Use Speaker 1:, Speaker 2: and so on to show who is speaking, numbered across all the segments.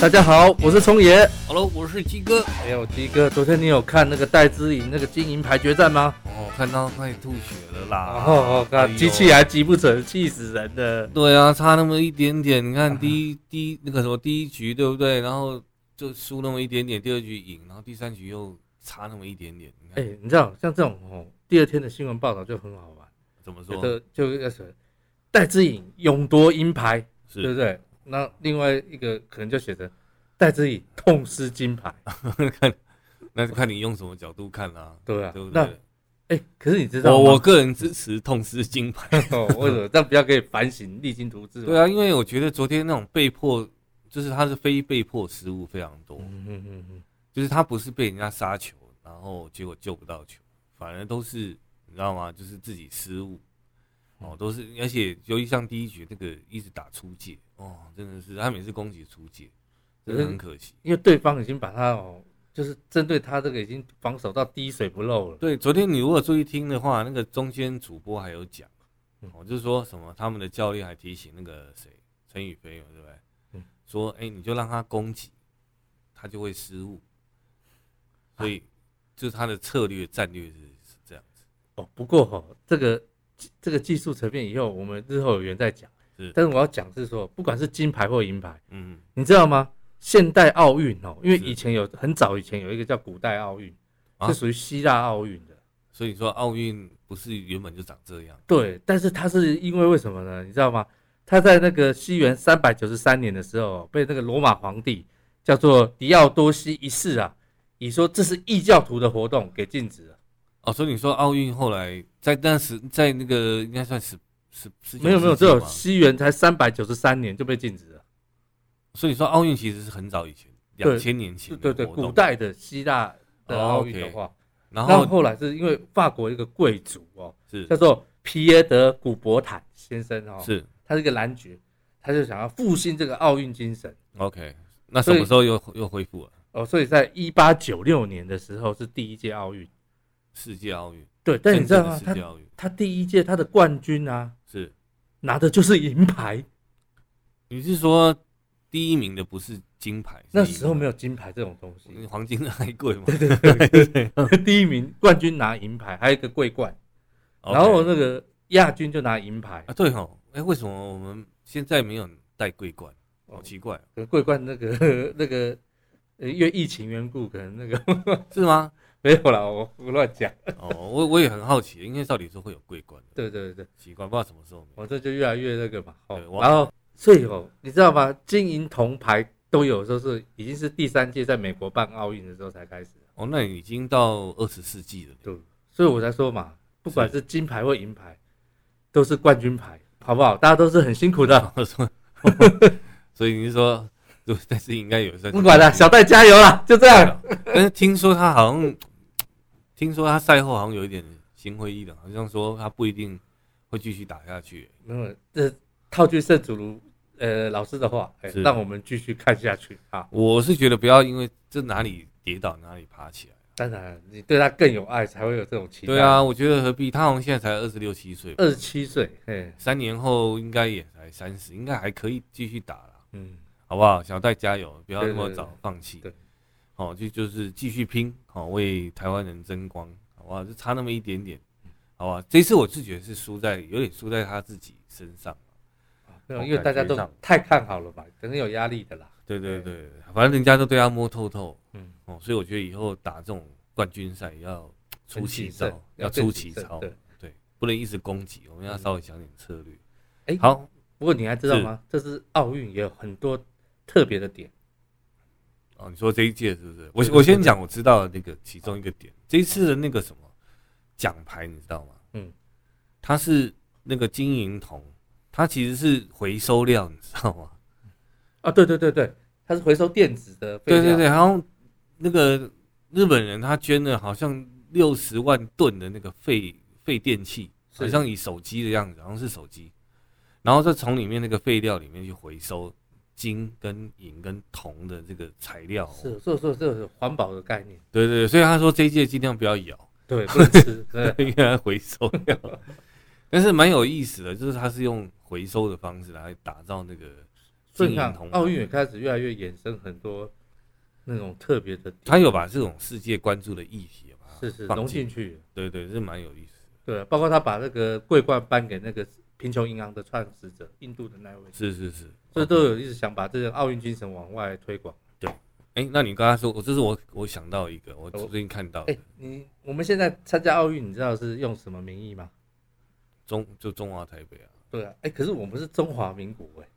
Speaker 1: 大家好，我是聪爷。
Speaker 2: Hello，我是鸡哥。
Speaker 1: 哎呦，迪哥，昨天你有看那个戴资颖那个金银牌决战吗？
Speaker 2: 哦，看到快吐血了
Speaker 1: 哦
Speaker 2: 啦！
Speaker 1: 哦，
Speaker 2: 哎
Speaker 1: 看
Speaker 2: 呦
Speaker 1: 机器还击不成，气死人了。
Speaker 2: 对啊，差那么一点点。你 看第一第一那个什么第一局对不对？然后就输那么一点点，第二局赢，然后第三局又差那么一点点。你
Speaker 1: 哎、
Speaker 2: 看
Speaker 1: 你知道像这种哦，第二天的新闻报道就很好玩，
Speaker 2: 怎么
Speaker 1: 有
Speaker 2: 说？
Speaker 1: 的就那什么，戴资颖勇夺银牌，对不
Speaker 2: 是
Speaker 1: 对？那另外一个可能就写着戴资颖痛失金牌，
Speaker 2: 看，那就看你用什么角度看啦、
Speaker 1: 对啊
Speaker 2: 对不。
Speaker 1: 那
Speaker 2: 对？
Speaker 1: 哎、可是你知道
Speaker 2: 我
Speaker 1: 吗
Speaker 2: 我个人支持痛失金牌。
Speaker 1: 哦，为什么这样比较可以反省励精图治？
Speaker 2: 对啊，，因为我觉得昨天那种被迫，就是他是非被迫失误非常多。
Speaker 1: 嗯嗯嗯嗯，
Speaker 2: 就是他不是被人家杀球，然后结果救不到球，反而都是你知道吗？就是自己失误，哦，都是，而且尤其像第一局那个一直打出界，哦，真的是他每次攻击出界，真的很可惜。
Speaker 1: 因为对方已经把他哦，就是针对他这个已经防守到滴水不漏了。
Speaker 2: 对，昨天你如果注意听的话，那个中间主播还有讲，哦，就是说什么他们的教练还提醒那个谁陈宇飞嘛，对不对？
Speaker 1: 嗯
Speaker 2: 说哎、你就让他攻击，他就会失误，所以就是他的策略战略是是这样。
Speaker 1: 哦，不过哈、这个这个技术层面以后我们日后有缘再讲。
Speaker 2: 是
Speaker 1: 但是我要讲是说，不管是金牌或银牌，
Speaker 2: 嗯，
Speaker 1: 你知道吗？现代奥运哦，因为
Speaker 2: 是
Speaker 1: 以前有很早以前有一个叫古代奥运，
Speaker 2: 啊
Speaker 1: 是属于希腊奥运的。
Speaker 2: 所以说奥运不是原本就长这样，
Speaker 1: 对，但是它是因为为什么呢？你知道吗？他在那个西元三百九十三年的时候，哦被那个罗马皇帝叫做狄奥多西一世啊，以说这是异教徒的活动给禁止了。
Speaker 2: 哦，所以你说奥运后来在那时在那个应该算十十十九
Speaker 1: 没有没有，
Speaker 2: 世纪
Speaker 1: 只有
Speaker 2: 嘛
Speaker 1: 西元才三百九十三年就被禁止了。
Speaker 2: 所以说奥运其实是很早以前，
Speaker 1: 对
Speaker 2: 两千年前
Speaker 1: 对对，
Speaker 2: 的活动哦
Speaker 1: 古，代的希腊的奥运的话，
Speaker 2: 然
Speaker 1: 然后
Speaker 2: 后
Speaker 1: 后来是因为法国一个贵族哦，
Speaker 2: 是
Speaker 1: 叫做皮耶德古伯坦先生哦，
Speaker 2: 是
Speaker 1: 他是一个男爵，他就想要复兴这个奥运精神
Speaker 2: OK，那什
Speaker 1: 所
Speaker 2: 么
Speaker 1: 以
Speaker 2: 时候又又恢复了
Speaker 1: 哦，所以在一八九六年的时候是第一届奥运。
Speaker 2: 世界奥运？
Speaker 1: 对，但你知道
Speaker 2: 真
Speaker 1: 吗？
Speaker 2: 正的世
Speaker 1: 他
Speaker 2: 界奥运
Speaker 1: 他第一届他的冠军啊，
Speaker 2: 是
Speaker 1: 拿的就是银
Speaker 2: 啊
Speaker 1: 牌。
Speaker 2: 你是说第一名的不是金牌？
Speaker 1: 那时候没
Speaker 2: 有
Speaker 1: 有金牌这种东西，
Speaker 2: 黄金还贵吗？嗯
Speaker 1: 第一名冠军拿银牌，还有一个桂冠， 然后
Speaker 2: OK
Speaker 1: 那个亚军就拿银牌。
Speaker 2: 啊对哦，哎为什么我们现在没有带桂冠？好
Speaker 1: 哦
Speaker 2: 奇怪哦，
Speaker 1: 可能桂冠那个 那个，呃，因为疫情缘故，可能那个
Speaker 2: 是吗？
Speaker 1: 没有啦，我我乱讲。
Speaker 2: 哦，我我也很好奇，因为照理说会有桂冠的，
Speaker 1: 对对对，
Speaker 2: 奇怪，不知道什么时候没有。
Speaker 1: 我这就越来越那个嘛。
Speaker 2: 对
Speaker 1: 哦，
Speaker 2: 我
Speaker 1: 然后所以哦，你知道吗？金银铜牌都有，时候是已经是第三届在美国办奥运的时候才开始，
Speaker 2: 哦，那已经到二十世纪了。
Speaker 1: 对，所以我才说嘛，不管是金牌或银牌，都是冠军牌，好不好？大家都是很辛苦 的，
Speaker 2: 我说，所以你是说，对但是应该有算是
Speaker 1: 不管了，小戴加油啦，就这样。
Speaker 2: 但是听说他好像，听说他赛后好像有一点心灰意冷，好像说他不一定会继续打下去。
Speaker 1: 没有，这套句圣主如呃老师的话，哎，
Speaker 2: 是
Speaker 1: 让我们继续看下去啊。
Speaker 2: 我是觉得不要因为这哪里跌倒哪里爬起来。
Speaker 1: 当然，你对他更有爱，才会有这种期待。
Speaker 2: 对，啊，我觉得何必？他好像现在才二十六七岁吧，
Speaker 1: 二十七岁，嘿，
Speaker 2: 三年后应该也才三十，应该还可以继续打了。
Speaker 1: 嗯，
Speaker 2: 好不好？小戴加油，不要
Speaker 1: 对
Speaker 2: 那么
Speaker 1: 对
Speaker 2: 早
Speaker 1: 对
Speaker 2: 放弃。
Speaker 1: 对
Speaker 2: 好、就就是继续拼，好、为台湾人争光，好不好？就差那么一点点，
Speaker 1: 嗯
Speaker 2: 好吧？这次我自觉得是输在有点输在他自己身上。
Speaker 1: 没有
Speaker 2: 好
Speaker 1: 因为大家
Speaker 2: 感觉
Speaker 1: 都
Speaker 2: 上
Speaker 1: 太看好了吧，可能有压力的啦。
Speaker 2: 对对对，反正人家都对他摸透透，
Speaker 1: 嗯
Speaker 2: 嗯，哦，所以我觉得以后打这种冠军赛要出
Speaker 1: 很
Speaker 2: 奇
Speaker 1: 谨慎
Speaker 2: 招，
Speaker 1: 要
Speaker 2: 要
Speaker 1: 更
Speaker 2: 出
Speaker 1: 谨
Speaker 2: 奇
Speaker 1: 慎
Speaker 2: 招
Speaker 1: 对，嗯
Speaker 2: 对，不能一直攻击，我们要稍微想点策略。
Speaker 1: 哎
Speaker 2: 好，
Speaker 1: 不过你还知道吗？这次奥运也有很多特别的点。
Speaker 2: 哦，你说这一届是不是？我
Speaker 1: 对对对
Speaker 2: 我先
Speaker 1: 对
Speaker 2: 讲我知道的那个其中一个点，这一次的那个什么奖牌，你知道吗？
Speaker 1: 嗯，
Speaker 2: 它是那个金银铜，它其实是回收料，你知道吗？
Speaker 1: 啊，对对对对，它是回收电子的废
Speaker 2: 对
Speaker 1: 料。
Speaker 2: 对对，好像那个日本人他捐了好像六十万吨的那个废废电器，
Speaker 1: 是
Speaker 2: 好像以手机的样子，好像是手机，然后再从里面那个废料里面去回收金跟银跟铜的这个材料哦。
Speaker 1: 是，所以说这是环保的概念。
Speaker 2: 对对对，所以他说这一届尽量不要咬。
Speaker 1: 对，不能 吃。对，
Speaker 2: 应该回收掉。但是蛮有意思的，就是它是用回收的方式来打造那个
Speaker 1: 所以
Speaker 2: 金
Speaker 1: 你看
Speaker 2: 银铜牌
Speaker 1: 奥运也开始越来越衍生很多那种特别的，
Speaker 2: 他有把这种世界关注的议题把它
Speaker 1: 是是
Speaker 2: 啊放
Speaker 1: 融进去。
Speaker 2: 对对，是蛮有意思的。
Speaker 1: 对，包括他把那个桂冠颁给那个贫穷银行的创始者，印度的那位，
Speaker 2: 是是是，
Speaker 1: 所以都有一直想把这个奥运精神往外推广。
Speaker 2: 哎、那你刚才说，我这是我我想到一个，我最近看到的
Speaker 1: 哎，你我们现在参加奥运，你知道是用什么名义吗？
Speaker 2: 中就中华台北啊，
Speaker 1: 对啊，哎，可是我们是中华民国哎、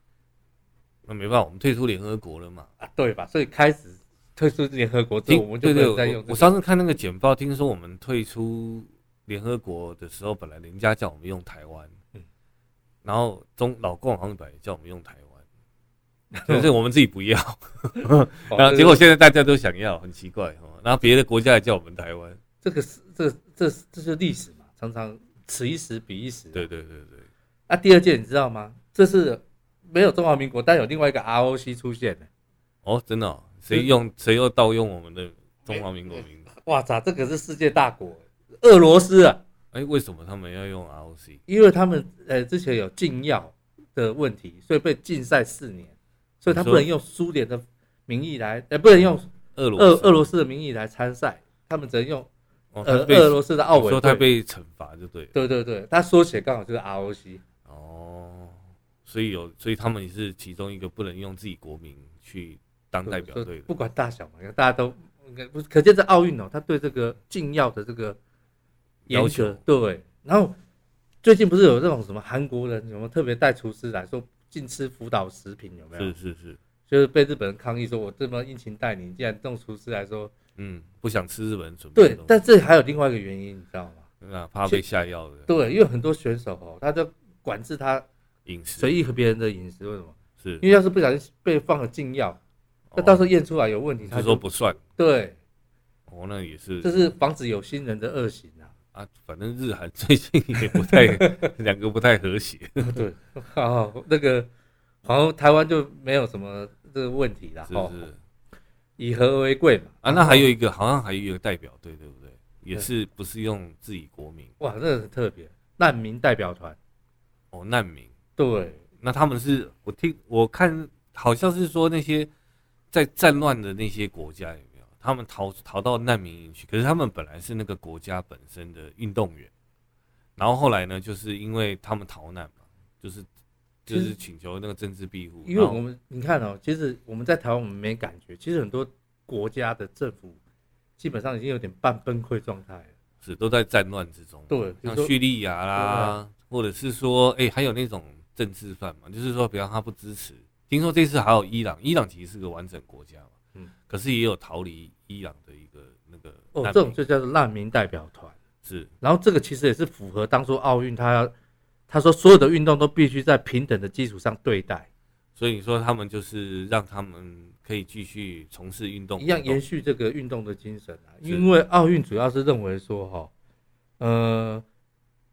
Speaker 2: 那没办法，我们退出联合国了嘛。
Speaker 1: 啊，对吧？所以开始退出联合国之后，我们就
Speaker 2: 对
Speaker 1: 不
Speaker 2: 对，
Speaker 1: 能再
Speaker 2: 我
Speaker 1: 用、
Speaker 2: 我上次看那个简报，听说我们退出联合国的时候，本来人家叫我们用台湾，
Speaker 1: 嗯
Speaker 2: 然后中老共好像本来叫我们用台湾， 就是我们自己不要，
Speaker 1: 哦
Speaker 2: 然后
Speaker 1: 这
Speaker 2: 结果
Speaker 1: 个
Speaker 2: 现在大家都想要，很奇怪哦。然后别的国家也叫我们台湾，
Speaker 1: 这个是这个这是这就是历史嘛，常常此一时彼一时。
Speaker 2: 对对对对，
Speaker 1: 啊，第二届你知道吗？这是没有中华民国，但有另外一个 ROC 出现的。
Speaker 2: 哦，真的、哦，谁
Speaker 1: 嗯
Speaker 2: 用谁又盗用我们的中华
Speaker 1: 哎
Speaker 2: 民国名字？
Speaker 1: 哇操，这可是世界大国，俄罗斯啊，
Speaker 2: 哎、为什么他们要用 ROC？
Speaker 1: 因为他们呃之前有禁药的问题，所以被禁赛四年，所以他
Speaker 2: 你说
Speaker 1: 不能用苏联的名义来，呃，不能用
Speaker 2: 俄罗
Speaker 1: 俄
Speaker 2: 斯
Speaker 1: 俄罗斯的名义来参赛，他们只能用
Speaker 2: 哦，他
Speaker 1: 呃
Speaker 2: 被
Speaker 1: 俄罗斯的奥
Speaker 2: 你
Speaker 1: 委
Speaker 2: 说他
Speaker 1: 会。
Speaker 2: 被惩罚就对了。
Speaker 1: 对对对，他缩写刚好就是 ROC。
Speaker 2: 哦，所以有，所以他们也是其中一个不能用自己国民去当代表
Speaker 1: 所以
Speaker 2: 队的。
Speaker 1: 不管大小嘛，大家都应该不是可见这奥运哦，他对这个禁药的这个
Speaker 2: 要
Speaker 1: 严
Speaker 2: 求
Speaker 1: 格。对，然后最近不是有这种什么韩国人有没有特别带厨师来说禁吃福岛食品有没有
Speaker 2: 是？是是，
Speaker 1: 就是被日本人抗议说，我这么殷勤待你，你竟然弄厨师来说。
Speaker 2: 嗯，不想吃日本人准备的
Speaker 1: 对
Speaker 2: 东，西，
Speaker 1: 但这还有另外一个原因，你知道吗？
Speaker 2: 那怕被下药的
Speaker 1: 对，因为很多选手哦，他就管制他
Speaker 2: 饮食
Speaker 1: 随意和别人的饮食，为什么？
Speaker 2: 是
Speaker 1: 因，为要是不小心被放了禁药，那
Speaker 2: 嗯哦
Speaker 1: 到时候验出来有问题，
Speaker 2: 你
Speaker 1: 他
Speaker 2: 是
Speaker 1: 就
Speaker 2: 说不算
Speaker 1: 对，
Speaker 2: 哦，那也是
Speaker 1: 这是防止有心人的恶行啊。
Speaker 2: 啊，反正日韩 最近也不太 两个不太和谐。
Speaker 1: 对， 好，那个好像台湾就没有什么这个问题啦，
Speaker 2: 是
Speaker 1: 哦，
Speaker 2: 是
Speaker 1: 以和为贵嘛。
Speaker 2: 啊，那还有一个好像还有一个代表队，对不对？也是不是用自己国民
Speaker 1: 哇，这个很特别，难民代表团，
Speaker 2: 哦，难民。
Speaker 1: 对，
Speaker 2: 那他们是我听我看好像是说那些在战乱的那些国家有没有？他们逃逃到难民营去，可是他们本来是那个国家本身的运动员，然后后来呢，就是因为他们逃难嘛，就是就
Speaker 1: 其
Speaker 2: 是
Speaker 1: 实
Speaker 2: 请求那个政治庇护，
Speaker 1: 因为
Speaker 2: 然
Speaker 1: 我
Speaker 2: 后
Speaker 1: 们你看哦，其实我们在台湾我们没感觉，其实很多国家的政府基本上已经有点半崩溃状态了。
Speaker 2: 是都在战乱之中，
Speaker 1: 对比如
Speaker 2: 像
Speaker 1: 说
Speaker 2: 叙利亚
Speaker 1: 啊
Speaker 2: 啦，或者是说，哎、还有那种政治犯嘛，就是说，比方他不支持，听说这次还有伊朗，伊朗其实是个完整国家嘛，
Speaker 1: 嗯
Speaker 2: 可是也有逃离伊朗的一个那个
Speaker 1: 哦，
Speaker 2: 难
Speaker 1: 这种
Speaker 2: 民
Speaker 1: 就叫做难民代表团。
Speaker 2: 是
Speaker 1: 然后这个其实也是符合当初奥运他他说所有的运动都必须在平等的基础上对待，
Speaker 2: 所以你说他们就是让他们可以继续从事运动活动，
Speaker 1: 一样延续这个运动的精神啊。
Speaker 2: 是
Speaker 1: 因为奥运主要是认为说哈，呃，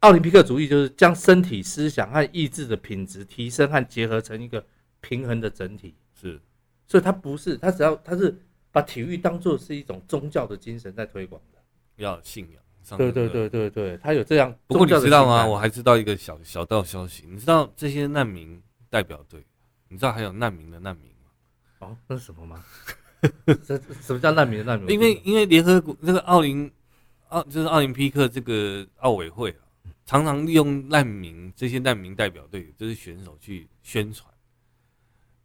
Speaker 1: 奥林匹克主义就是将身体、思想和意志的品质提升和结合成一个平衡的整体，
Speaker 2: 是
Speaker 1: 所以它不是它只要它是把体育当做是一种宗教的精神在推广的。
Speaker 2: 要有信仰。上
Speaker 1: 对
Speaker 2: 那
Speaker 1: 对
Speaker 2: 个
Speaker 1: 对对对，它有这样
Speaker 2: 不过
Speaker 1: 宗
Speaker 2: 你
Speaker 1: 教的
Speaker 2: 知道吗？
Speaker 1: 情感
Speaker 2: 我还知道一个小小道消息，你知道这些难民代表队，你知道还有难民的难民吗？
Speaker 1: 哦，那是什么吗？ 这这什么叫难民的难民？
Speaker 2: 因为因为联合国这个奥林奥就是奥林匹克这个奥委会啊，常常利用难民这些难民代表队，就是选手去宣传，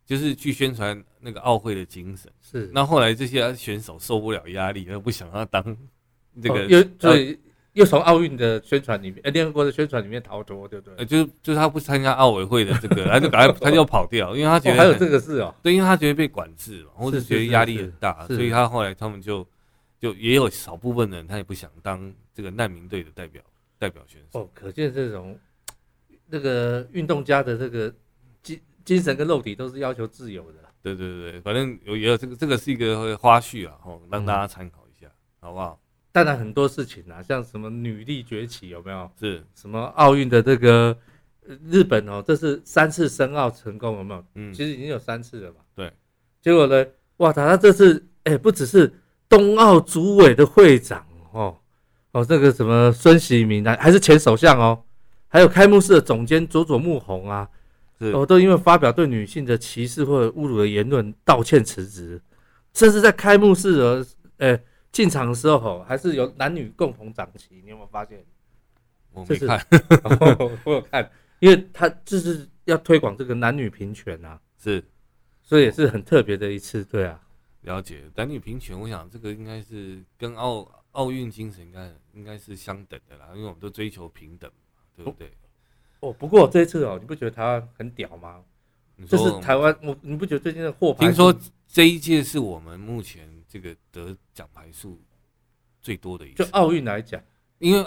Speaker 2: 就是去宣传那个奥会的精神。
Speaker 1: 是
Speaker 2: 那后来这些选手受不了压力，又不想要当这
Speaker 1: 哦
Speaker 2: 个呃
Speaker 1: 又，所以又从奥运的宣传里面，呃，联合国的宣传里面逃脱，对不对
Speaker 2: 呃，？就是就是他不参加奥委会的这个，他就赶快他就跑掉，因为他觉
Speaker 1: 哦，
Speaker 2: 得
Speaker 1: 还有
Speaker 2: 很
Speaker 1: 这个事哦，
Speaker 2: 对，因为他觉得被管制嘛，或者
Speaker 1: 是是
Speaker 2: 觉得
Speaker 1: 是
Speaker 2: 压力
Speaker 1: 是
Speaker 2: 很大，
Speaker 1: 是
Speaker 2: 所以他后来他们就就也有少部分人他也不想当这个难民队的代表代表选手。
Speaker 1: 哦，可见这种那个运动家的这个精精神跟肉体都是要求自由的。
Speaker 2: 对对对对，反正有也有这个这个是一个花絮啊，吼，让
Speaker 1: 嗯
Speaker 2: 大家参考一下，好不好？
Speaker 1: 当然很多事情啊，像什么女力崛起有没有？
Speaker 2: 是，
Speaker 1: 什么奥运的这个呃日本哦，这是三次申奥成功有没有？
Speaker 2: 嗯，
Speaker 1: 其实已经有三次了嘛。
Speaker 2: 对，
Speaker 1: 结果呢，哇他他这次哎、不只是冬奥组委的会长哦，哦，这个什么孙喜明啊，还是前首相哦，还有开幕式的总监佐佐木宏啊，
Speaker 2: 是
Speaker 1: 哦，都因为发表对女性的歧视或者侮辱的言论道歉辞职，甚至在开幕式的呃进场的时候吼，还是有男女共同掌旗，你有没有发现？
Speaker 2: 我
Speaker 1: 这
Speaker 2: 没
Speaker 1: 是
Speaker 2: 看，
Speaker 1: 哦我有看，因为他就是要推广这个男女平权啊，
Speaker 2: 是
Speaker 1: 所以也是很特别的一次，对啊，
Speaker 2: 了解男女平权，我想这个应该是跟奥奥运精神应该应该是相等的啦，因为我们都追求平等嘛，对不对？
Speaker 1: 哦，不过这一次哦，你不觉得台湾很屌吗？
Speaker 2: 你
Speaker 1: 就
Speaker 2: 说
Speaker 1: 是台湾，我你不觉得最近的货牌
Speaker 2: 听说这一届是我们目前这个得奖牌数最多的一
Speaker 1: 就啊
Speaker 2: 次，
Speaker 1: 奥运来讲
Speaker 2: 因为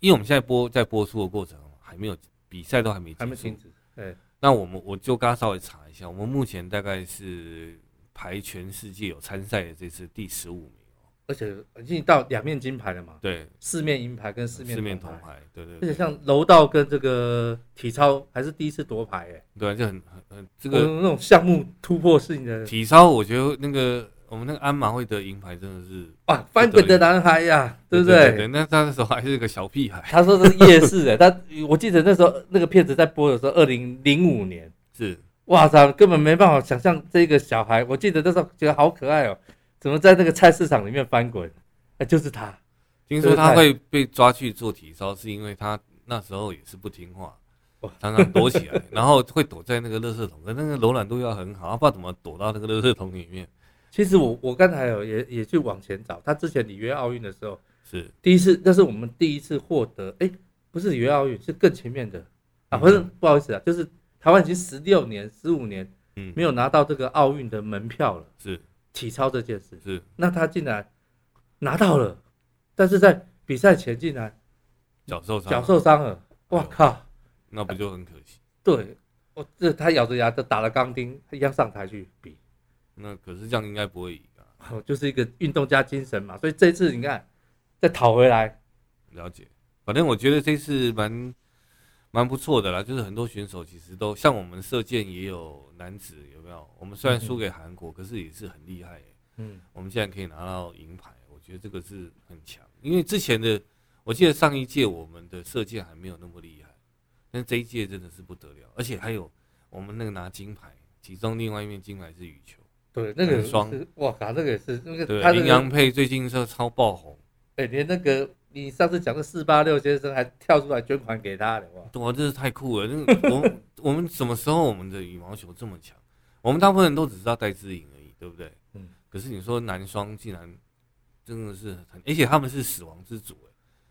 Speaker 2: 因为我们现在播在播出的过程还没有比赛都还没结
Speaker 1: 还没
Speaker 2: 束
Speaker 1: 停止，对，
Speaker 2: 那我们我就刚刚稍微查一下，我们目前大概是排全世界有参赛的这次第十五名哦，
Speaker 1: 而且已经到两面金牌了嘛，
Speaker 2: 对，
Speaker 1: 四面银牌跟四面
Speaker 2: 四面
Speaker 1: 铜
Speaker 2: 铜
Speaker 1: 牌。
Speaker 2: 牌，对对
Speaker 1: 而且
Speaker 2: 对，
Speaker 1: 像柔道跟这个体操还是第一次夺牌哎、
Speaker 2: 对啊，就很很很这
Speaker 1: 这
Speaker 2: 个
Speaker 1: 那种项目突破性的
Speaker 2: 体操，我觉得那个我们那个鞍马会得银牌真的是，
Speaker 1: 啊，翻滚的男孩呀、对不
Speaker 2: 对
Speaker 1: 对？
Speaker 2: 对， 那他那时候还是个小屁孩，
Speaker 1: 他说的是夜市哎、他我记得那时候那个片子在播的时候，二零零五年，
Speaker 2: 是
Speaker 1: 哇操，根本没办法想象这个小孩，我记得那时候觉得好可爱哦、怎么在那个菜市场里面翻滚？哎、就是他，
Speaker 2: 听说他会被抓去做体操，是因为他那时候也是不听话
Speaker 1: 哇，
Speaker 2: 常常躲起来， 然后会躲在那个垃圾桶，可那个柔软度要很好，他不知道怎么躲到那个垃圾桶里面，
Speaker 1: 其实我我刚才有也也去往前找，他之前里约奥运的时候，
Speaker 2: 是
Speaker 1: 第一次，那是我们第一次获得，哎、不是里约奥运，是更前面的啊，不是，
Speaker 2: 嗯
Speaker 1: 不好意思啊，就是台湾已经十六年、十五年
Speaker 2: 嗯
Speaker 1: 没有拿到这个奥运的门票了，
Speaker 2: 是
Speaker 1: 体操这件事，
Speaker 2: 是。
Speaker 1: 那他竟然拿到了，但是在比赛前竟然
Speaker 2: 脚受伤，嗯
Speaker 1: 脚受伤了，哇靠！
Speaker 2: 那不就很可惜？
Speaker 1: 对，我这他咬着牙就打了钢钉，他一样上台去比，
Speaker 2: 那可是这样应该不会赢啊。
Speaker 1: 哦就是一个运动家精神嘛，所以这次你看再讨回来，
Speaker 2: 了解，反正我觉得这次蛮蛮不错的啦，就是很多选手其实都像我们射箭也有男子有没有？我们虽然输给韩国，可是也是很厉害耶、欸
Speaker 1: 嗯，
Speaker 2: 我们现在可以拿到银牌，我觉得这个是很强。因为之前的，我记得上一届我们的射箭还没有那么厉害，但这一届真的是不得了，而且还有我们那个拿金牌，其中另外一面金牌是羽球，
Speaker 1: 对，那个
Speaker 2: 很爽
Speaker 1: 是哇靠，那个也是那个
Speaker 2: 对，
Speaker 1: 他那
Speaker 2: 林
Speaker 1: 个
Speaker 2: 洋配最近是超爆红。
Speaker 1: 哎、连那个你上次讲的四八六先生还跳出来捐款给他了哇！
Speaker 2: 哇，真是太酷了！那个我们 我们什么时候我们的羽毛球这么强？我们大部分人都只知道戴资颖而已，对不对？
Speaker 1: 嗯。
Speaker 2: 可是你说男双竟然真的是很，而且他们是死亡之组，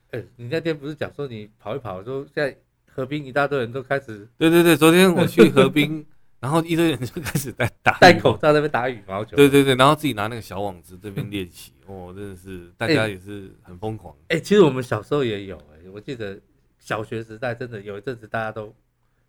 Speaker 2: 哎，
Speaker 1: 哎、你那天不是讲说你跑一跑，说现在河滨一大堆人都开始
Speaker 2: 对对对，昨天我去 河滨，然后一堆人就开始在打
Speaker 1: 戴
Speaker 2: 羽毛
Speaker 1: 口，罩在那边打羽毛球。
Speaker 2: 对对对，然后自己拿那个小网子这边练习，哦，真的是大家
Speaker 1: 哎
Speaker 2: 也是很疯狂，
Speaker 1: 哎、其实我们小时候也有哎、我记得小学时代真的有一阵子大家都，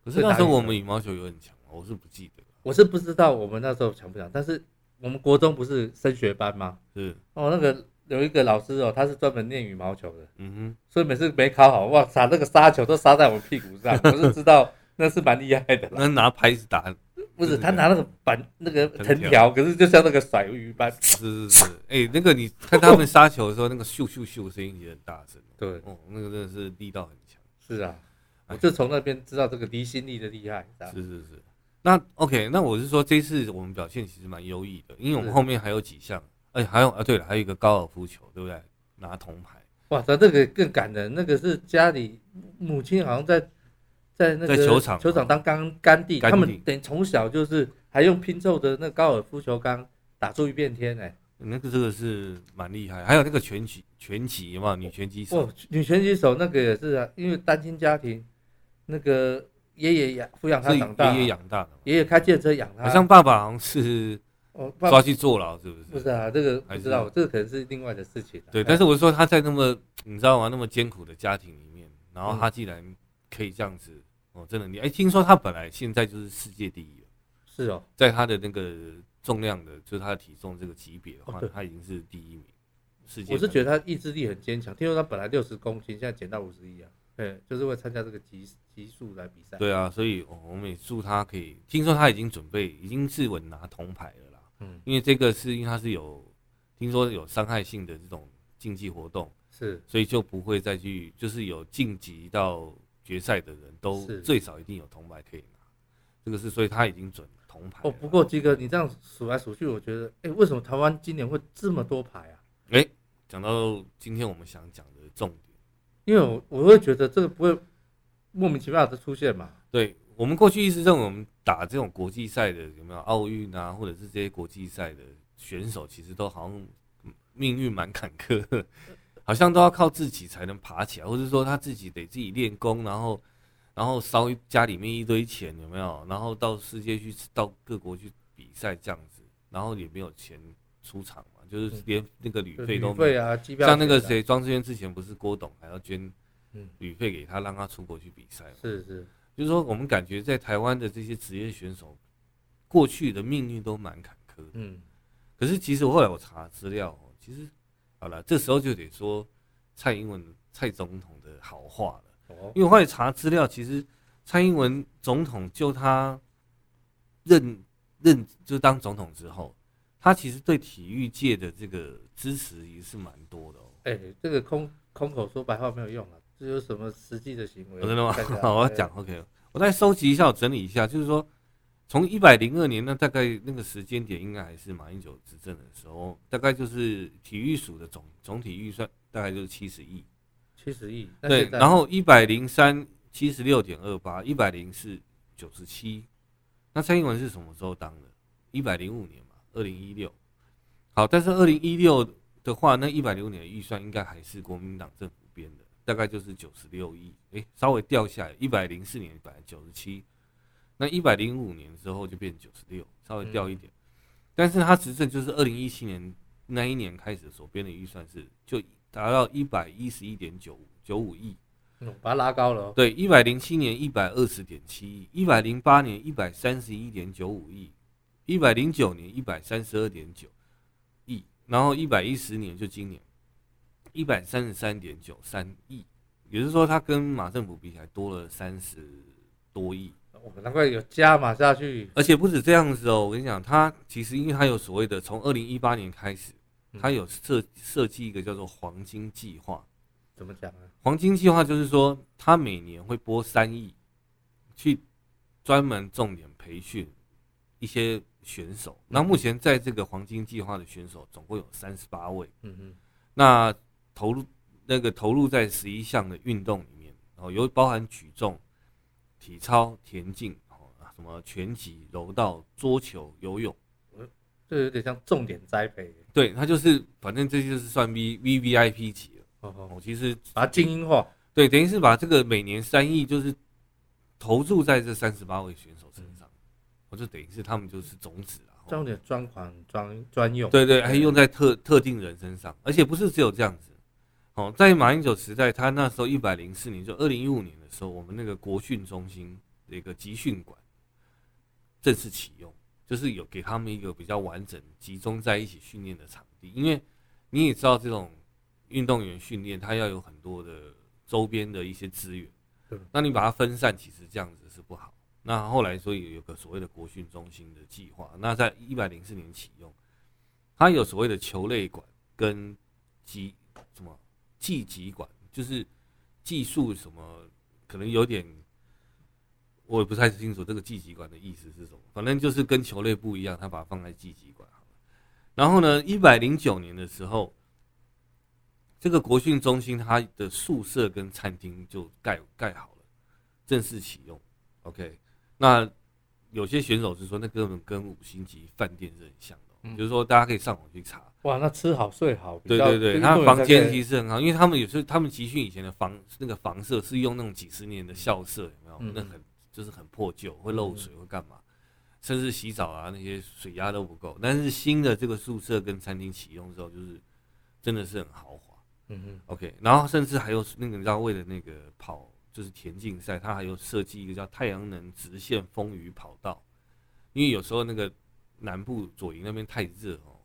Speaker 2: 可是那时候我们羽毛球有很强吗，我是不记得了，
Speaker 1: 我是不知道我们那时候强不强，但是我们国中不是升学班吗？
Speaker 2: 是，
Speaker 1: 哦，那个有一个老师哦，他是专门练羽毛球的，
Speaker 2: 嗯
Speaker 1: 所以每次没考好，哇塞，那个杀球都杀在我屁股上，我是知道那是蛮厉害的
Speaker 2: 哼，。那拿拍子打
Speaker 1: 不是，
Speaker 2: 就是
Speaker 1: 他拿那个板那个
Speaker 2: 藤
Speaker 1: 藤条，可是就像那个甩鱼般。
Speaker 2: 是是是，哎、那个你看他们杀球的时候，那个咻咻咻的声音也很大声
Speaker 1: 对，
Speaker 2: 哦，那个真的是力道很强。
Speaker 1: 是啊，
Speaker 2: 哎
Speaker 1: 我就从那边知道这个离心力的厉害。是啊
Speaker 2: 是是是，那 OK，那我是说这次我们表现其实蛮优异的，因为我们
Speaker 1: 是
Speaker 2: 后面还有几项，哎、还有啊，对了，还有一个高尔夫球，对不对？拿铜牌，
Speaker 1: 哇塞，这个更感人，那个是家里母亲好像在在那个
Speaker 2: 在球场啊
Speaker 1: 球场当干干地，
Speaker 2: 干
Speaker 1: 他
Speaker 2: 地
Speaker 1: 们等于从小就是还用拼凑的那个高尔夫球杆打出一片天哎、
Speaker 2: 那个这个是蛮厉害，还有那个拳击拳击嘛，女拳击手
Speaker 1: 哇，女拳击手那个也是啊，因为单亲家庭，那个爷爷养抚养她
Speaker 2: 是
Speaker 1: 长大，
Speaker 2: 爷爷养大的嘛，
Speaker 1: 爷爷开电车养她，
Speaker 2: 好像爸爸好像是
Speaker 1: 哦，爸
Speaker 2: 抓去坐牢，是不
Speaker 1: 不
Speaker 2: 是？
Speaker 1: 是啊，这个
Speaker 2: 还
Speaker 1: 不
Speaker 2: 是
Speaker 1: 知道，这个可能是另外的事情啊、
Speaker 2: 对，但是我是说他在那么你知道吗？那么艰苦的家庭里面，然后
Speaker 1: 嗯
Speaker 2: 他竟然可以这样子，哦，真的你哎，听说他本来现在就是世界第一了，
Speaker 1: 是哦，
Speaker 2: 在他的那个重量的，就是他的体重这个级别的话
Speaker 1: 哦对，
Speaker 2: 他已经是第一名。世界
Speaker 1: 我是
Speaker 2: 排
Speaker 1: 觉得他意志力很坚强。听说他本来六十公斤，现在减到五十一啊，对，就是为参加这个级级数来比赛。
Speaker 2: 对啊，所以哦我们也祝他可以。听说他已经准备，已经是稳拿铜牌了啦。
Speaker 1: 嗯，
Speaker 2: 因为这个是因为他是有听说有伤害性的这种竞技活动，
Speaker 1: 是
Speaker 2: 所以就不会再去，就是有晋级到决赛的人都
Speaker 1: 是
Speaker 2: 最少一定有铜牌可以拿，这个是所以他已经准铜牌了。
Speaker 1: 哦，不过鸡哥，你这样数来数去，我觉得，哎，为什么台湾今年会这么多牌啊？
Speaker 2: 哎，讲到今天我们想讲的重点，
Speaker 1: 因为我我会觉得这个不会莫名其妙的出现嘛。
Speaker 2: 对我们过去一直认为我们打这种国际赛的有没有奥运啊，或者是这些国际赛的选手，其实都好像嗯命运蛮坎坷的，好像都要靠自己才能爬起来，或者说他自己得自己练功，然后 然后烧一家里面一堆钱有没有，然后到世界去到各国去比赛这样子，然后也没有钱出场嘛，就是连那个旅
Speaker 1: 就
Speaker 2: 费都
Speaker 1: 嗯旅
Speaker 2: 没有。
Speaker 1: 费啊，机票
Speaker 2: 像那个
Speaker 1: 钱啊，
Speaker 2: 谁，庄志渊之前不是郭董还要捐
Speaker 1: 嗯
Speaker 2: 旅费给他，让他出国去比赛嘛？
Speaker 1: 是是，
Speaker 2: 就是说，我们感觉在台湾的这些职业选手，过去的命运都蛮坎坷的。
Speaker 1: 嗯，
Speaker 2: 可是其实后来我查资料哦，其实好了，这时候就得说蔡英文蔡总统的好话了。
Speaker 1: 哦，
Speaker 2: 因为我后来查资料，其实蔡英文总统就他任任就当总统之后，他其实对体育界的这个支持也是蛮多的哦。
Speaker 1: 哎，这个空空口说白话没有用啊，这有什么实际的行为？
Speaker 2: 哦真的吗
Speaker 1: 看一下？
Speaker 2: 好，我要
Speaker 1: 哎
Speaker 2: 讲 OK，我再收集一下，我整理一下，就是说，从一百零二年那大概那个时间点，应该还是马英九执政的时候，大概就是体育署的总总体预算大概就是七十亿，
Speaker 1: 七十亿，那
Speaker 2: 对
Speaker 1: 现，在
Speaker 2: 然后一百零三七十六点二八，一百零四九十七，那蔡英文是什么时候当的？一百零五年嘛，二零一六。好，但是二零一六的话，那一百零五年的预算应该还是国民党政府编的，大概就是九十六亿，诶，稍微掉下来，一百零四年本来九十七，那一百零五年之后就变九十六，稍微掉一点。但是他执政就是二零一七年那一年开始所编的预算是就达到一百一十一点九九五亿，
Speaker 1: 嗯把它拉高了哦，
Speaker 2: 对，一百零七年一百二十点七亿，一百零八年一百三十一点九五亿，一百零九年一百三十二点九亿，然后一百一十年就今年一百三十三点九三亿，也就是说，它跟马政府比起来多了三十多亿。
Speaker 1: 我哦难怪有加码下去，
Speaker 2: 而且不止这样子哦，我跟你讲，它其实因为它有所谓的，从二零一八年开始，它有设设计一个叫做黄金计划。
Speaker 1: 怎么讲啊呢？
Speaker 2: 黄金计划就是说，它每年会拨三亿，去专门重点培训一些选手。那目前在这个黄金计划的选手总共有三十八位，
Speaker 1: 嗯嗯，
Speaker 2: 那投入那个投入在十一项的运动里面，哦，有包含举重、体操、田径，哦，啊什么拳击、柔道、桌球、游泳。
Speaker 1: 这有点像重点栽培，
Speaker 2: 对，它就是反正这就是算 V V V I P 级了。
Speaker 1: 哦哦，
Speaker 2: 哦，其实
Speaker 1: 把它精英化，
Speaker 2: 对，等于是把这个每年三亿就是投注在这三十八位选手身上，我就等于是他们就是种子啊。
Speaker 1: 这样有点专款专专用，
Speaker 2: 对对，还用在特特定人身上，而且不是只有这样子。哦，在马英九时代，他那时候一百零四年，就二零一五年的时候，我们那个国训中心的一个集训馆正式启用，就是有给他们一个比较完整、集中在一起训练的场地。因为你也知道，这种运动员训练，他要有很多的周边的一些资源
Speaker 1: 对，
Speaker 2: 那你把它分散，其实这样子是不好。那后来，所以有个所谓的国训中心的计划，那在一百零四年启用。它有所谓的球类馆跟技什么技击馆，就是技术什么，可能有点我也不太清楚这个技击馆的意思是什么，反正就是跟球类不一样，它把它放在技击馆好了。然后呢，一百零九年的时候，这个国训中心它的宿舍跟餐厅就盖盖好了，正式启用。OK，那有些选手是说，那根本跟五星级饭店是很像的哦、
Speaker 1: 嗯
Speaker 2: 就是说大家可以上网去查。
Speaker 1: 哇，那吃好睡好，比
Speaker 2: 对
Speaker 1: 较
Speaker 2: 对对，
Speaker 1: 就是
Speaker 2: 他
Speaker 1: 不能
Speaker 2: 房
Speaker 1: 再
Speaker 2: 间
Speaker 1: 跟
Speaker 2: 其实很好，因为他们有时候他们集训以前的房那个房舍是用那种几十年的校舍，有没有？
Speaker 1: 嗯
Speaker 2: 那很就是很破旧，会漏水，会干嘛？甚至洗澡啊那些水压都不够。但是新的这个宿舍跟餐厅启用之后，就是真的是很豪华。
Speaker 1: 嗯嗯
Speaker 2: OK，然后甚至还有那个你知道为了那个跑就是田径赛，它还有设计一个叫太阳能直线风雨跑道，因为有时候那个南部左营那边太热哦，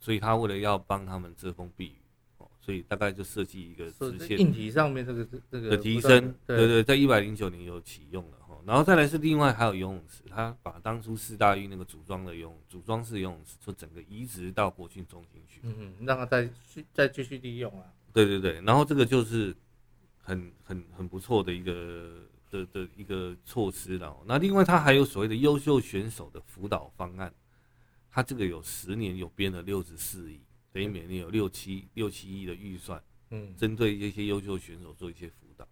Speaker 2: 所以他为了要帮他们遮风避雨哦，所以大概就设计一个
Speaker 1: 所以
Speaker 2: 直
Speaker 1: 这
Speaker 2: 线
Speaker 1: 硬体上面这个这个
Speaker 2: 的提
Speaker 1: 不断地
Speaker 2: 升，对
Speaker 1: 对，
Speaker 2: 对，在一百零九年有启用了哈。然后再来是另外还有游泳池，他把当初四大运那个组装的游泳组装式游泳池，就整个移植到国训中心去。
Speaker 1: 嗯嗯，让它再续再继续利用啊，
Speaker 2: 对对对，然后这个就是很很很不错的一个的的一个措施了哦。那另外，他还有所谓的优秀选手的辅导方案，他这个有十年有编了六十四亿，等于每年有六七六七亿的预算，
Speaker 1: 嗯
Speaker 2: 针对这些优秀选手做一些辅导。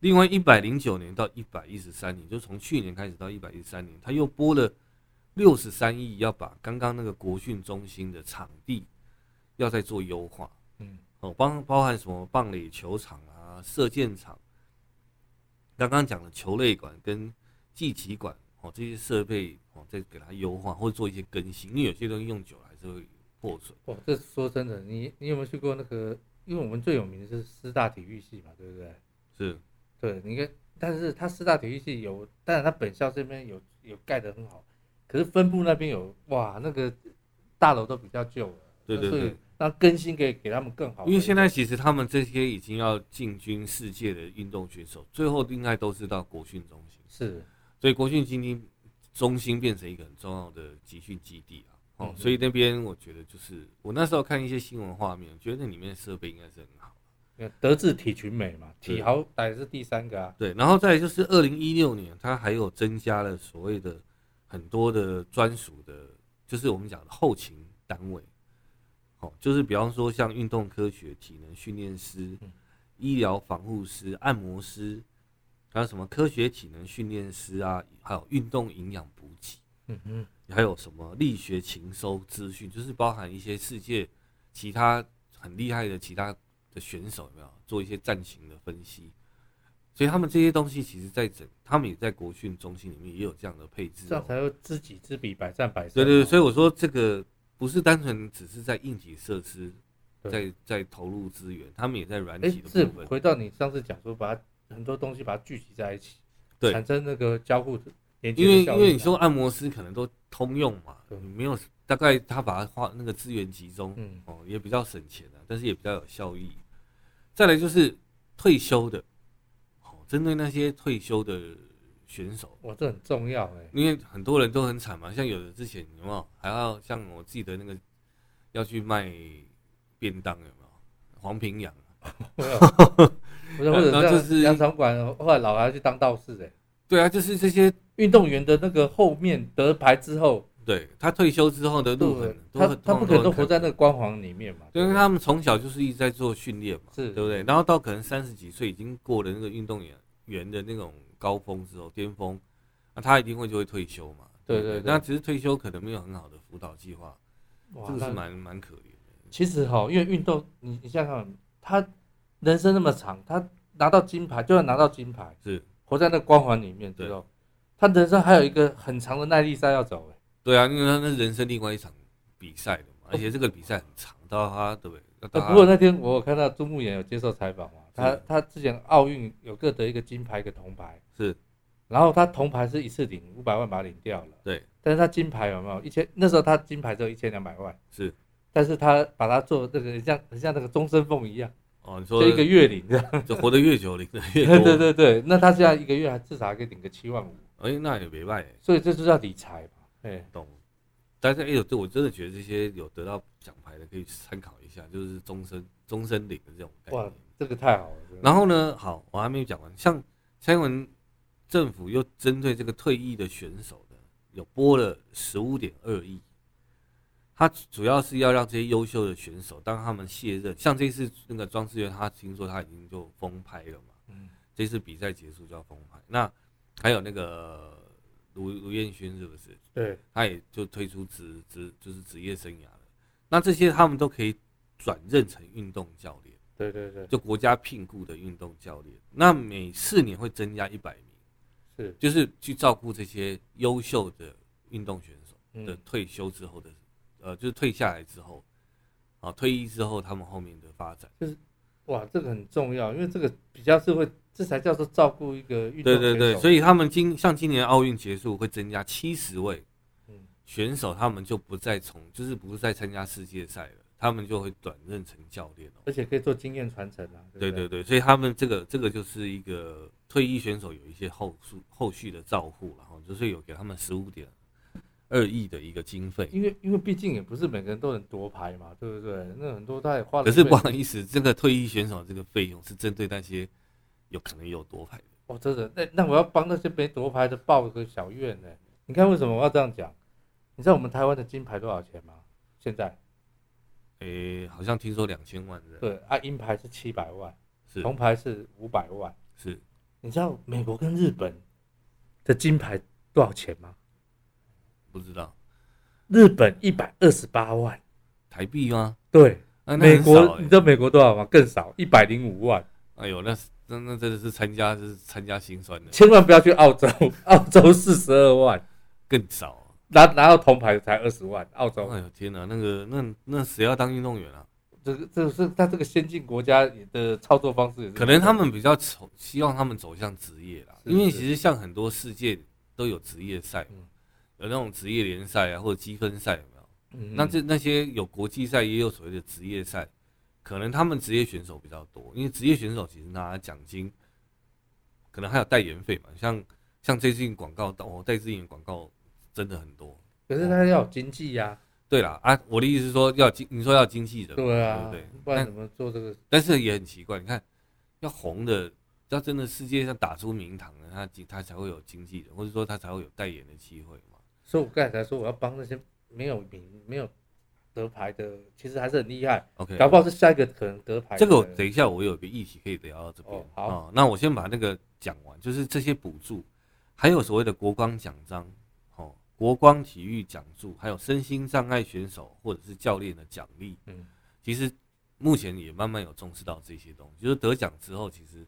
Speaker 2: 另外，一百零九年到一百一十三年，就从去年开始到一百一十三年，他又拨了六十三亿，要把刚刚那个国训中心的场地要再做优化。
Speaker 1: 嗯
Speaker 2: 哦，包包含什么棒垒球场啊、射箭场，刚刚讲的球类馆跟技击馆哦，这些设备哦，再给它优化或者做一些更新，因为有些东西用久了还是会破损。
Speaker 1: 哇，这说真的，你你有没有去过那个？因为我们最有名的就是师大体育系嘛，对不对？
Speaker 2: 是，
Speaker 1: 对，你看，但是它师大体育系有，当然它本校这边有有盖得很好，可是分部那边有哇，那个大楼都比较旧了，
Speaker 2: 对对
Speaker 1: 所
Speaker 2: 对
Speaker 1: 以。让更新可以给他们更好的一个。
Speaker 2: 因为现在其实他们这些已经要进军世界的运动选手，最后应该都是到国训中心，
Speaker 1: 是
Speaker 2: 所以国训基金中心变成一个很重要的集训基地啊。哦
Speaker 1: 嗯，哼
Speaker 2: 所以那边我觉得就是我那时候看一些新闻画面，我觉得那里面设备应该是很好。
Speaker 1: 德智体群美嘛，
Speaker 2: 对
Speaker 1: 体好歹是第三个啊，
Speaker 2: 对，然后再来就是二零一六年，它还有增加了所谓的很多的专属的，就是我们讲的后勤单位，哦，就是比方说像运动科学、体能训练师、医疗防护师、按摩师，还有什么科学体能训练师啊，还有运动营养补给，
Speaker 1: 嗯嗯，
Speaker 2: 还有什么力学勤收资讯，就是包含一些世界其他很厉害的其他的选手有没有做一些战情的分析？所以他们这些东西其实在整，他们也在国训中心里面也有这样的配置、
Speaker 1: 这
Speaker 2: 哦
Speaker 1: 样。才哦会知己知彼，百战百胜
Speaker 2: 对
Speaker 1: 嘛。
Speaker 2: 对对，所以我说这个不是单纯只是在硬体设施，
Speaker 1: 对
Speaker 2: 在在投入资源，他们也在软
Speaker 1: 哎
Speaker 2: 体，的
Speaker 1: 是
Speaker 2: 部分。
Speaker 1: 回到你上次讲说，把它很多东西把它聚集在一起，
Speaker 2: 对
Speaker 1: 产生那个交互连接的
Speaker 2: 因为
Speaker 1: 效
Speaker 2: 因
Speaker 1: 应啊
Speaker 2: 为你说，按摩师可能都通用嘛，
Speaker 1: 对
Speaker 2: 你没有大概他把它花那个资源集中，
Speaker 1: 嗯，
Speaker 2: 哦，也比较省钱啊，但是也比较有效益。再来就是退休的，哦，针对那些退休的选手，
Speaker 1: 哇，这很重要哎、
Speaker 2: 因为很多人都很惨嘛，像有的之前有没有还要像我记得那个要去卖便当有没有？黄平啊洋，
Speaker 1: 我有不是，或
Speaker 2: 然
Speaker 1: 者
Speaker 2: 后就
Speaker 1: 就是是杨场馆后来老来去当道士哎、
Speaker 2: 对啊，就是这些，
Speaker 1: 运动员的那个后面得牌之后，
Speaker 2: 对他退休之后的
Speaker 1: 对
Speaker 2: 路
Speaker 1: 不
Speaker 2: 很
Speaker 1: 对，，
Speaker 2: 都
Speaker 1: 他
Speaker 2: 很
Speaker 1: 他不可能都
Speaker 2: 很
Speaker 1: 活在那个光环里面嘛，
Speaker 2: 对，因为
Speaker 1: 不
Speaker 2: 他们从小就是一直在做训练嘛，
Speaker 1: 是
Speaker 2: 对不对？然后到可能三十几岁已经过了那个运动员员的那种高峰之后，巅峰，那他一定会就会退休嘛。
Speaker 1: 对
Speaker 2: 不
Speaker 1: 对对
Speaker 2: 那只是退休可能没有很好的辅导计划，
Speaker 1: 哇
Speaker 2: 这个是
Speaker 1: 那
Speaker 2: 蛮蛮可怜的。
Speaker 1: 其实哈、因为运动，你你想想看，他人生那么长，他拿到金牌，就算拿到金牌，
Speaker 2: 是
Speaker 1: 活在那光环里面之后，他人生还有一个很长的耐力赛要走哎、
Speaker 2: 对啊，因为他那是人生另外一场比赛的嘛，而且这个比赛很长，到他对不对？那到
Speaker 1: 呃
Speaker 2: 他
Speaker 1: 哦不过那天我有看到朱慕言有接受采访嘛，他
Speaker 2: 是
Speaker 1: 他之前奥运有各得一个金牌，一个铜牌，
Speaker 2: 是
Speaker 1: 然后他铜牌是一次领五百万把它领掉了，
Speaker 2: 对
Speaker 1: 但是他金牌有没有一千？那时候他金牌只有一千两百万，
Speaker 2: 是
Speaker 1: 但是他把它做那个像很像那个终身俸一样，
Speaker 2: 哦，你说
Speaker 1: 就一个月领这样。
Speaker 2: 就活得越久领的越
Speaker 1: 对
Speaker 2: 多，
Speaker 1: 对对对，那他现在一个月还至少还可以领个七万五，
Speaker 2: 哎，那也没办法。
Speaker 1: 所以这就叫理财嘛。哎，
Speaker 2: 懂。但是哎呦，对我真的觉得这些有得到奖牌的可以参考一下，就是终身终身领的这种概
Speaker 1: 哎哇
Speaker 2: 念。，
Speaker 1: 这个太好了。真的
Speaker 2: 然后呢，好，我还没有讲完，像蔡英文政府又针对这个退役的选手呢，有拨了十五点二亿。他主要是要让这些优秀的选手，当他们卸任，像这次那个庄智渊，他听说他已经就封拍了嘛，
Speaker 1: 嗯
Speaker 2: 这次比赛结束就要封拍。那还有那个卢卢彦勋是不是？
Speaker 1: 对，
Speaker 2: 他也就推出职职就是职业生涯了。那这些他们都可以转任成运动教练，
Speaker 1: 对对对，
Speaker 2: 就国家聘雇的运动教练。那每四年会增加一百名，
Speaker 1: 是，
Speaker 2: 就是去照顾这些优秀的运动选手的
Speaker 1: 嗯，
Speaker 2: 退休之后的，呃，就是退下来之后，啊，退役之后他们后面的发展。
Speaker 1: 哇，这个很重要，因为这个比较是会，这才叫做照顾一个运动
Speaker 2: 对对对，所
Speaker 1: 以
Speaker 2: 以他们今像今年奥运结束会增加七十位
Speaker 1: 嗯
Speaker 2: 选手，他们就不再从就是不再参加世界赛了，他们就会转任成教练哦。
Speaker 1: 而且可以做经验传承啊。
Speaker 2: 对
Speaker 1: 不对
Speaker 2: 对对，所以他们这个这个就是一个退役选手有一些后续后续的照护，然后就是有给他们十五点二亿的一个经费。
Speaker 1: 因为因为毕竟也不是每个人都能夺牌嘛，对不对？那很多他也花了
Speaker 2: 可
Speaker 1: 辈子，
Speaker 2: 是不好意思，这个退役选手这个费用是针对那些有可能有夺牌的，
Speaker 1: 哦，真的，那那我要帮那些没夺牌的报个小怨呢。你看为什么我要这样讲？你知道我们台湾的金牌多少钱吗？现在
Speaker 2: 诶、好像听说两千万人，
Speaker 1: 对啊，银牌是七百万，
Speaker 2: 是
Speaker 1: 铜牌是五百万。
Speaker 2: 是
Speaker 1: 你知道美国跟日本的金牌多少钱吗？
Speaker 2: 不知道
Speaker 1: 日本一百二十八万，
Speaker 2: 台币吗？
Speaker 1: 对，
Speaker 2: 啊、那
Speaker 1: 美
Speaker 2: 很少
Speaker 1: 国
Speaker 2: 欸
Speaker 1: 你知道美国多少吗？更少，一百零五万。
Speaker 2: 哎呦，那是那那真的是参加是参加心酸的，
Speaker 1: 千万不要去澳洲，澳洲四十二万，
Speaker 2: 更少啊、
Speaker 1: 拿拿到铜牌才二十万，澳洲。
Speaker 2: 哎呦天哪，那个那那谁要当运动员啊？
Speaker 1: 这个这个是他这个先进国家的操作方式也是，
Speaker 2: 可能他们比较走，希望他们走向职业啦，
Speaker 1: 是
Speaker 2: 因为
Speaker 1: 是
Speaker 2: 其实像很多世界都有职业赛
Speaker 1: 嗯，
Speaker 2: 嘛有那种职业联赛啊，或者积分赛有没有？
Speaker 1: 嗯
Speaker 2: 那这那些有国际赛，也有所谓的职业赛，可能他们职业选手比较多，因为职业选手其实拿奖金，可能还有代言费嘛，像像最近广告哦，戴志颖广告真的很多。
Speaker 1: 可是他要有经济呀、
Speaker 2: 对啦，啊，我的意思是说要经，你说要经纪人嘛，
Speaker 1: 对啊，
Speaker 2: 对不
Speaker 1: 不
Speaker 2: 对？
Speaker 1: 然
Speaker 2: 但
Speaker 1: 怎么做这个？
Speaker 2: 但是也很奇怪，你看，要红的，要真的世界上打出名堂的，他经他才会有经纪人，或者说他才会有代言的机会嘛。
Speaker 1: 所以我刚才说我要帮那些没有名、没有得牌的，其实还是很厉害，
Speaker 2: OK，
Speaker 1: 搞不好是下一个可能得牌的。
Speaker 2: 这个我等一下我有个议题可以聊到这边。
Speaker 1: 哦好
Speaker 2: 哦那我先把那个讲完，就是这些补助，还有所谓的国光奖章，哦，国光体育奖助，还有身心障碍选手或者是教练的奖励，
Speaker 1: 嗯，
Speaker 2: 其实目前也慢慢有重视到这些东西，就是得奖之后，其实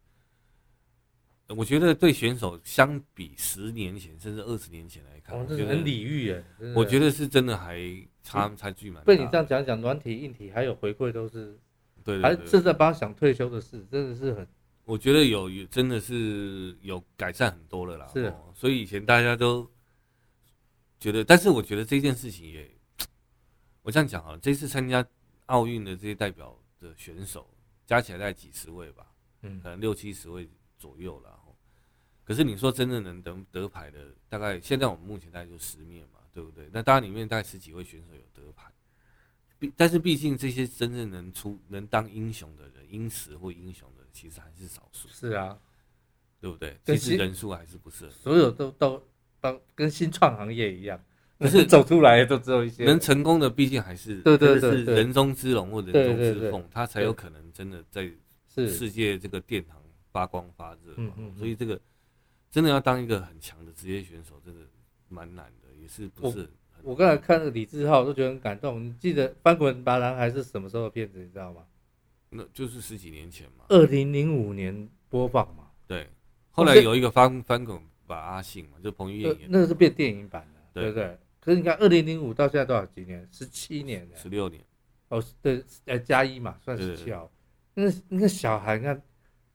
Speaker 2: 呃我觉得对选手相比十年前甚至二十年前来看，
Speaker 1: 哦，
Speaker 2: 我
Speaker 1: 这
Speaker 2: 觉
Speaker 1: 是很
Speaker 2: 得
Speaker 1: 礼遇哎，真的嗯
Speaker 2: 我觉得是真的还差差距蛮大
Speaker 1: 被
Speaker 2: 的。
Speaker 1: 你这样讲讲，软体、硬体还有回馈都是，
Speaker 2: 对
Speaker 1: 还
Speaker 2: 对对，
Speaker 1: 正在帮他想退休的事，真的是很
Speaker 2: 我觉得有有真的是有改善很多了啦。
Speaker 1: 是
Speaker 2: 哦所以以前大家都觉得，但是我觉得这件事情也，我这样讲啊，这次参加奥运的这些代表的选手加起来大概几十位吧，
Speaker 1: 嗯
Speaker 2: 可能六七十位左右了。哦可是你说真正能得得牌的，大概现在我们目前大概就十面嘛，对不对？那当然里面大概十几位选手有得牌，毕但是毕竟这些真正能出能当英雄的人，英雌或英雄的人，其实还是少数，
Speaker 1: 是啊，
Speaker 2: 对不对？
Speaker 1: 对
Speaker 2: 其
Speaker 1: 其
Speaker 2: 实人数还是不是很
Speaker 1: 所有都都帮跟新创行业一样，
Speaker 2: 可是
Speaker 1: 走出来都只有一些
Speaker 2: 能成功的，毕竟还是
Speaker 1: 对对
Speaker 2: 真的是
Speaker 1: 对对
Speaker 2: 人中之龙或人
Speaker 1: 对
Speaker 2: 中
Speaker 1: 对
Speaker 2: 之
Speaker 1: 对
Speaker 2: 凤，他才有可能真的在
Speaker 1: 是
Speaker 2: 世界这个殿堂发光发热嘛哦
Speaker 1: 嗯嗯嗯
Speaker 2: 所以这个真的要当一个很强的职业选手，真的蛮难的，也是不是很？嗯
Speaker 1: 我刚才看那个李志浩都觉得很感动。你记得《翻滚吧，男孩》是什么时候的片子？你知道吗？
Speaker 2: 那就是十几年前嘛，
Speaker 1: 二零零五年播放嘛，
Speaker 2: 对。后来有一个翻翻滚吧阿信嘛，就彭于
Speaker 1: 呃
Speaker 2: 晏演
Speaker 1: 那个是变电影版的，
Speaker 2: 对
Speaker 1: 对不对？可是你看，二零零五到现在多少几年？十七年了。
Speaker 2: 十六年，
Speaker 1: 哦，对，呃，加一嘛，算
Speaker 2: 对对
Speaker 1: 十七哦。那那个小孩，你看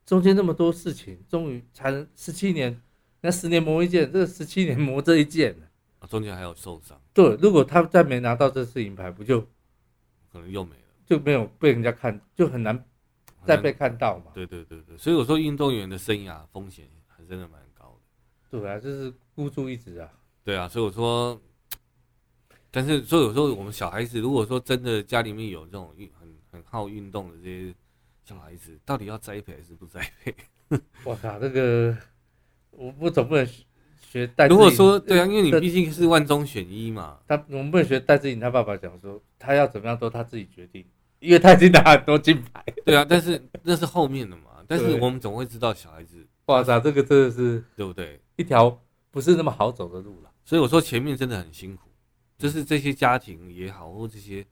Speaker 1: 中间那么多事情，终于才能十七年，那十年磨一剑，这个十七年磨这一剑。
Speaker 2: 啊中间还有受伤，
Speaker 1: 对，如果他再没拿到这次银牌，不就
Speaker 2: 可能又没了。
Speaker 1: 就没有被人家看，就很难
Speaker 2: 好像
Speaker 1: 再被看到嘛。
Speaker 2: 对对对对，所以我说运动员的生涯风险还真的蛮高的。
Speaker 1: 对啊，就是孤注一掷啊。
Speaker 2: 对啊，所以我说，但是所以有时候我们小孩子，如果说真的家里面有这种运很很好运动的这些小孩子，到底要栽培还是不栽培？
Speaker 1: 我靠，这个我不总不能学学戴志颖。
Speaker 2: 如果说对啊，因为你
Speaker 1: 这
Speaker 2: 毕竟是万中选一嘛，
Speaker 1: 他，我们不能学戴志颖他爸爸讲说，他要怎么样都他自己决定，因为他已经拿很多金牌。
Speaker 2: 对啊，但是那是后面的嘛，但是
Speaker 1: 对
Speaker 2: 我们总会知道小孩子
Speaker 1: 哇塞，这个真的是
Speaker 2: 对不对？
Speaker 1: 一条不是那么好走的路了。
Speaker 2: 所以我说前面真的很辛苦，就是这些家庭也好，或这些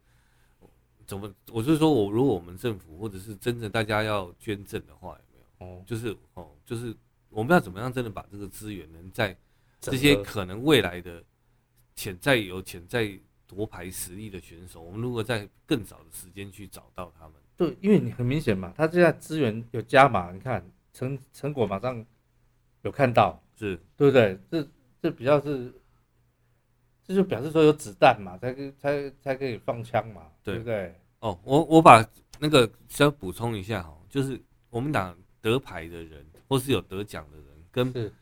Speaker 2: 怎么，我是说我如果我们政府或者是真正大家要捐赠的话，有没有？
Speaker 1: 哦，
Speaker 2: 就是哦，就是我们要怎么样真的把这个资源能在这些
Speaker 1: 整个
Speaker 2: 可能未来的潜在有潜在夺牌实力的选手，我们如果在更早的时间去找到他们，
Speaker 1: 对，因为你很明显嘛，他现在资源有加码，你看成成果马上有看到，
Speaker 2: 是
Speaker 1: 对不对？这这比较是，这就表示说有子弹嘛，才可以才才可以放枪嘛，
Speaker 2: 对
Speaker 1: 对不对？
Speaker 2: 哦，我我把那个稍微补充一下哈，就是我们党得牌的人或是有得奖的人，跟
Speaker 1: 是，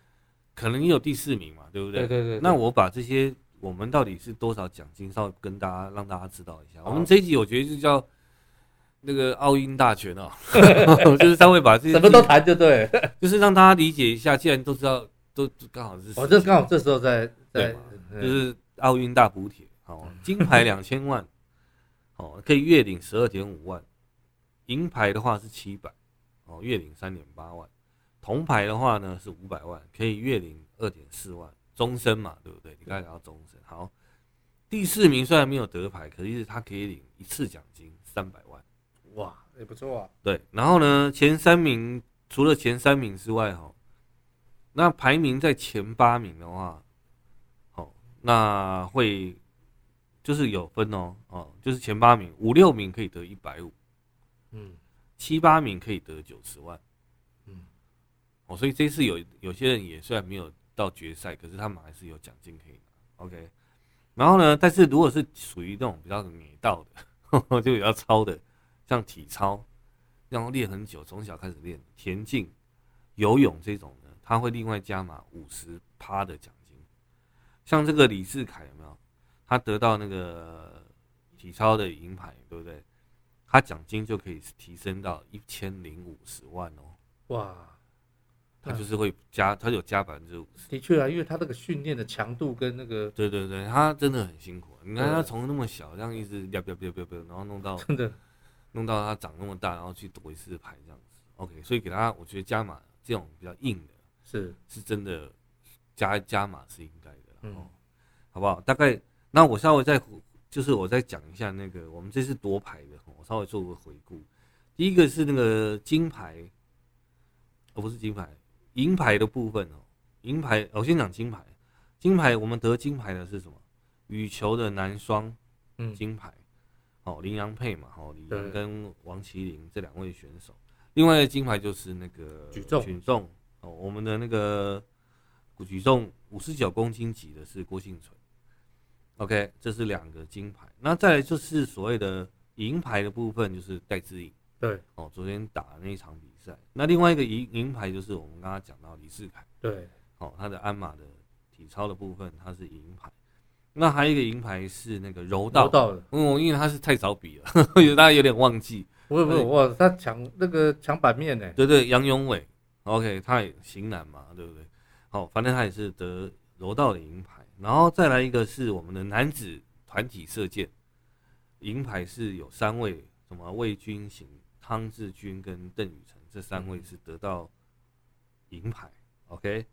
Speaker 2: 可能也有第四名嘛，对不对？
Speaker 1: 对对对。
Speaker 2: 那我把这些我们到底是多少奖金，稍微跟大家让大家知道一下。
Speaker 1: 好
Speaker 2: 我们这一集我觉得就叫那个奥运大全 啊，就是他会把这些
Speaker 1: 什么都谈就对了。
Speaker 2: 就是让大家理解一下，既然都知道，都都刚好是
Speaker 1: 我哦这刚好这时候在
Speaker 2: 对
Speaker 1: 在
Speaker 2: 嘛，
Speaker 1: 嗯
Speaker 2: 就是奥运大补贴，哦，金牌两千万，哦，可以月领十二点五万，银牌的话是七百，哦，月领三点八万，铜牌的话呢是五百万，可以月领二点四万，终身嘛，对不对？你刚才讲到终身，好，第四名虽然没有得牌，可是他可以领一次奖金三百万。
Speaker 1: 哇，也不错啊。
Speaker 2: 对，然后呢，前三名除了前三名之外，哈，那排名在前八名的话，哦，那会就是有分哦，哦，就是前八名五六名可以得一百五，
Speaker 1: 嗯，
Speaker 2: 七八名可以得九十万，
Speaker 1: 嗯，
Speaker 2: 哦，所以这次有有些人也虽然没有到决赛，可是他们还是有奖金可以拿，OK。然后呢，但是如果是属于那种比较美道的， 就比较糙的，像体操，然后练很久，从小开始练田径、游泳这种呢，他会另外加码五十趴的奖金。像这个李志凯有没有？他得到那个体操的银牌，对不对？他奖金就可以提升到一千零五十万哦，
Speaker 1: 哇，
Speaker 2: 他就是会加，他有加百分之五十。
Speaker 1: 的确啊，因为他这个训练的强度跟那个
Speaker 2: 对对对，他真的很辛苦。你看
Speaker 1: 对
Speaker 2: 他从那么小，这样一直呀呀呀呀呀，然后弄到
Speaker 1: 真的
Speaker 2: 弄到他长那么大，然后去夺一次牌这样子。OK，所以给他，我觉得加码这种比较硬的，
Speaker 1: 是
Speaker 2: 是真的加加码是应该的啦，
Speaker 1: 嗯
Speaker 2: 哦，好不好？大概那我稍微再就是我再讲一下那个我们这次夺牌的，哦我稍微做个回顾。第一个是那个金牌，哦不是金牌，银牌的部分哦，银牌哦我先讲金牌，金牌我们得金牌的是什么？羽球的男双
Speaker 1: 嗯
Speaker 2: 金牌，哦林洋配嘛，哦李
Speaker 1: 对
Speaker 2: 洋跟王麒麟这两位选手。另外一个金牌就是那个
Speaker 1: 举重
Speaker 2: 举重哦，我们的那个举重五十九公斤级的是郭幸存，OK，这是两个金牌。那再来就是所谓的银牌的部分，就是戴资颖
Speaker 1: 对
Speaker 2: 哦，昨天打那一场比赛。那另外一个银银牌就是我们刚刚讲到李世凯
Speaker 1: 对
Speaker 2: 哦，他的鞍马的体操的部分他是银牌。那还有一个银牌是那个柔道
Speaker 1: 得，到了。
Speaker 2: 嗯，因为他是太早比了， 大家有点忘记。
Speaker 1: 我也不是哇，他抢那个抢版面呢，
Speaker 2: 对对，杨永伟，OK，他也型男嘛，对不对？好、反正他也是得柔道的银牌，然后再来一个是我们的男子团体射箭，银牌是有三位，什么魏军行、汤志军跟邓宇成这三位是得到银牌，OK，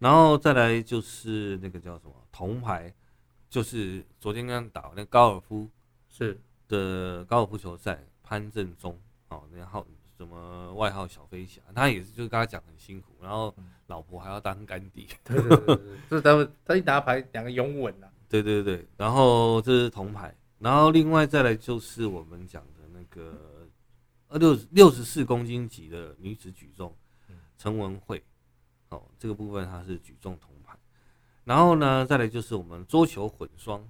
Speaker 2: 然后再来就是那个叫什么铜牌，就是昨天刚打那高尔夫，
Speaker 1: 是
Speaker 2: 的高尔夫球赛，潘正宗哦，那号什么外号小飞侠，他也是就是跟他讲很辛苦，然后老婆还要当干爹，
Speaker 1: 对对对对对，这他们他一拿牌两个拥吻 啊，
Speaker 2: 对对对，然后这是铜牌，然后另外再来就是我们讲的那个呃六六十四公斤级的女子举重，陈文慧，哦，这个部分她是举重铜牌，然后呢再来就是我们桌球混双，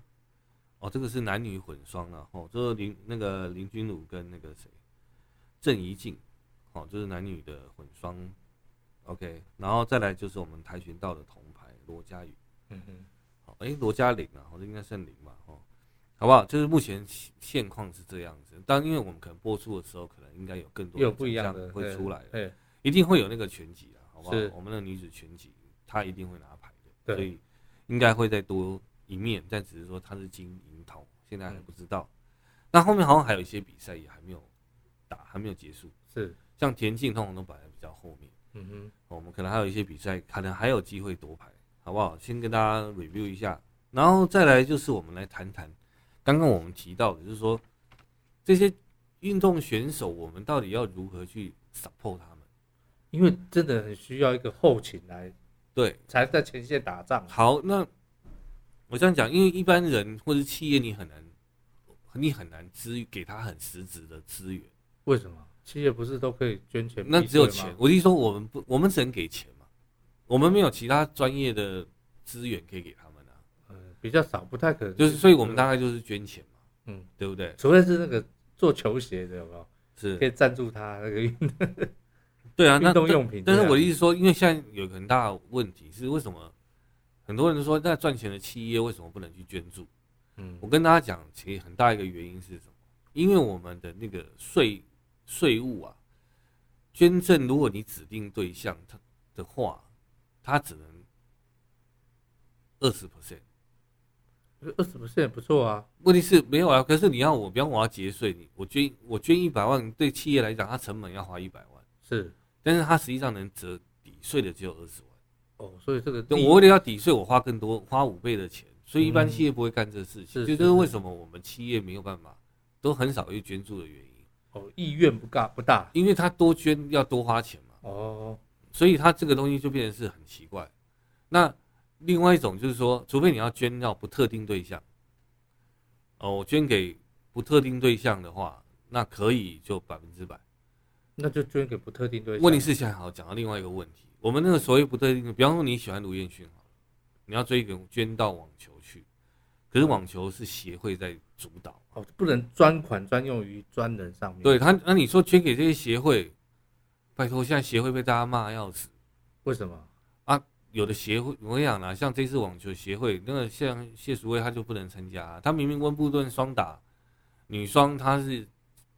Speaker 2: 哦，这个是男女混双了、哦，就是林那个林君儒跟那个谁郑怡静，哦，就是男女的混双，OK，然后再来就是我们跆拳道的铜牌罗佳宇。
Speaker 1: 嗯哼，
Speaker 2: 好，哎，罗嘉玲啊，我这应该算零吧，哦，好不好？就是目前现现况是这样子，但因为我们可能播出的时候，可能应该有更多
Speaker 1: 又有不一样
Speaker 2: 奖
Speaker 1: 的
Speaker 2: 项会出来的，
Speaker 1: 对，
Speaker 2: 一定会有那个拳击啦，好不好
Speaker 1: 是？
Speaker 2: 我们的女子拳击，她一定会拿牌的，
Speaker 1: 对
Speaker 2: 所以应该会再多一面，但只是说她是金银铜，现在还
Speaker 1: 嗯
Speaker 2: 不知道。那后面好像还有一些比赛也还没有打，还没有结束，
Speaker 1: 是，
Speaker 2: 像田径通常都摆在比较后面。
Speaker 1: 嗯哼，
Speaker 2: 我们可能还有一些比赛，可能还有机会夺牌，好不好？先跟大家 review 一下，然后再来就是我们来谈谈刚刚我们提到的，就是说这些运动选手，我们到底要如何去 support 他们？
Speaker 1: 因为真的很需要一个后勤来
Speaker 2: 对，
Speaker 1: 才在前线打仗，啊
Speaker 2: 好，那我这样讲，因为一般人或者企业，你很难，你很难资给他很实质的资源，
Speaker 1: 为什么？企业不是都可以捐钱？
Speaker 2: 那只有钱。，我就说我们不，我们只能给钱嘛，我们没有其他专业的资源可以给他们啊。
Speaker 1: 嗯，比较少，不太可能。
Speaker 2: 就是，所以我们大概就是捐钱嘛，
Speaker 1: 嗯，
Speaker 2: 对不对？
Speaker 1: 除非是那个做球鞋的，有没有？可
Speaker 2: 是，
Speaker 1: 以赞助他那个运
Speaker 2: 对啊，那
Speaker 1: 运动用品这
Speaker 2: 但
Speaker 1: 样。
Speaker 2: 是我的意思说，因为现在有个很大的问题是，为什么很多人说那赚钱的企业为什么不能去捐助？
Speaker 1: 嗯
Speaker 2: 我跟大家讲，其实很大一个原因是什么？因为我们的那个税税务啊，捐赠如果你指定对象他的话，他只能二十 percent。
Speaker 1: 二十 percent 不错啊，
Speaker 2: 问题是没有啊，可是你要我，比方我要节税，你我捐我捐一百万，对企业来讲，它成本要花一百万，
Speaker 1: 是
Speaker 2: 但是它实际上能折抵税的只有二十万。
Speaker 1: 哦，所以这个
Speaker 2: 对
Speaker 1: 地
Speaker 2: 我为了要抵税，我花更多，花五倍的钱，所以一般
Speaker 1: 嗯
Speaker 2: 企业不会干这事情。
Speaker 1: 是
Speaker 2: 这
Speaker 1: 是
Speaker 2: 就是为
Speaker 1: 是
Speaker 2: 什么我们企业没有办法，都很少去捐助的原因，
Speaker 1: 哦意愿不大不大
Speaker 2: 因为他多捐要多花钱嘛，
Speaker 1: 哦，
Speaker 2: 所以他这个东西就变成是很奇怪。那另外一种就是说，除非你要捐到不特定对象，哦，我捐给不特定对象的话，那可以就百分之百。
Speaker 1: 那就捐给不特定对象。
Speaker 2: 问题是现在好讲到另外一个问题，我们那个所谓不对定，比方说你喜欢卢彦勋好了，你要追求捐到网球去，可是网球是协会在主导，
Speaker 1: 哦，不能专款专用于专人上面。
Speaker 2: 对，他，那你说捐给这些协会，拜托，现在协会被大家骂得要死，
Speaker 1: 为什么？
Speaker 2: 有的协会我跟你讲啦，像这次网球协会，那个像谢淑薇她就不能参加啊、她明明温布顿双打女双她是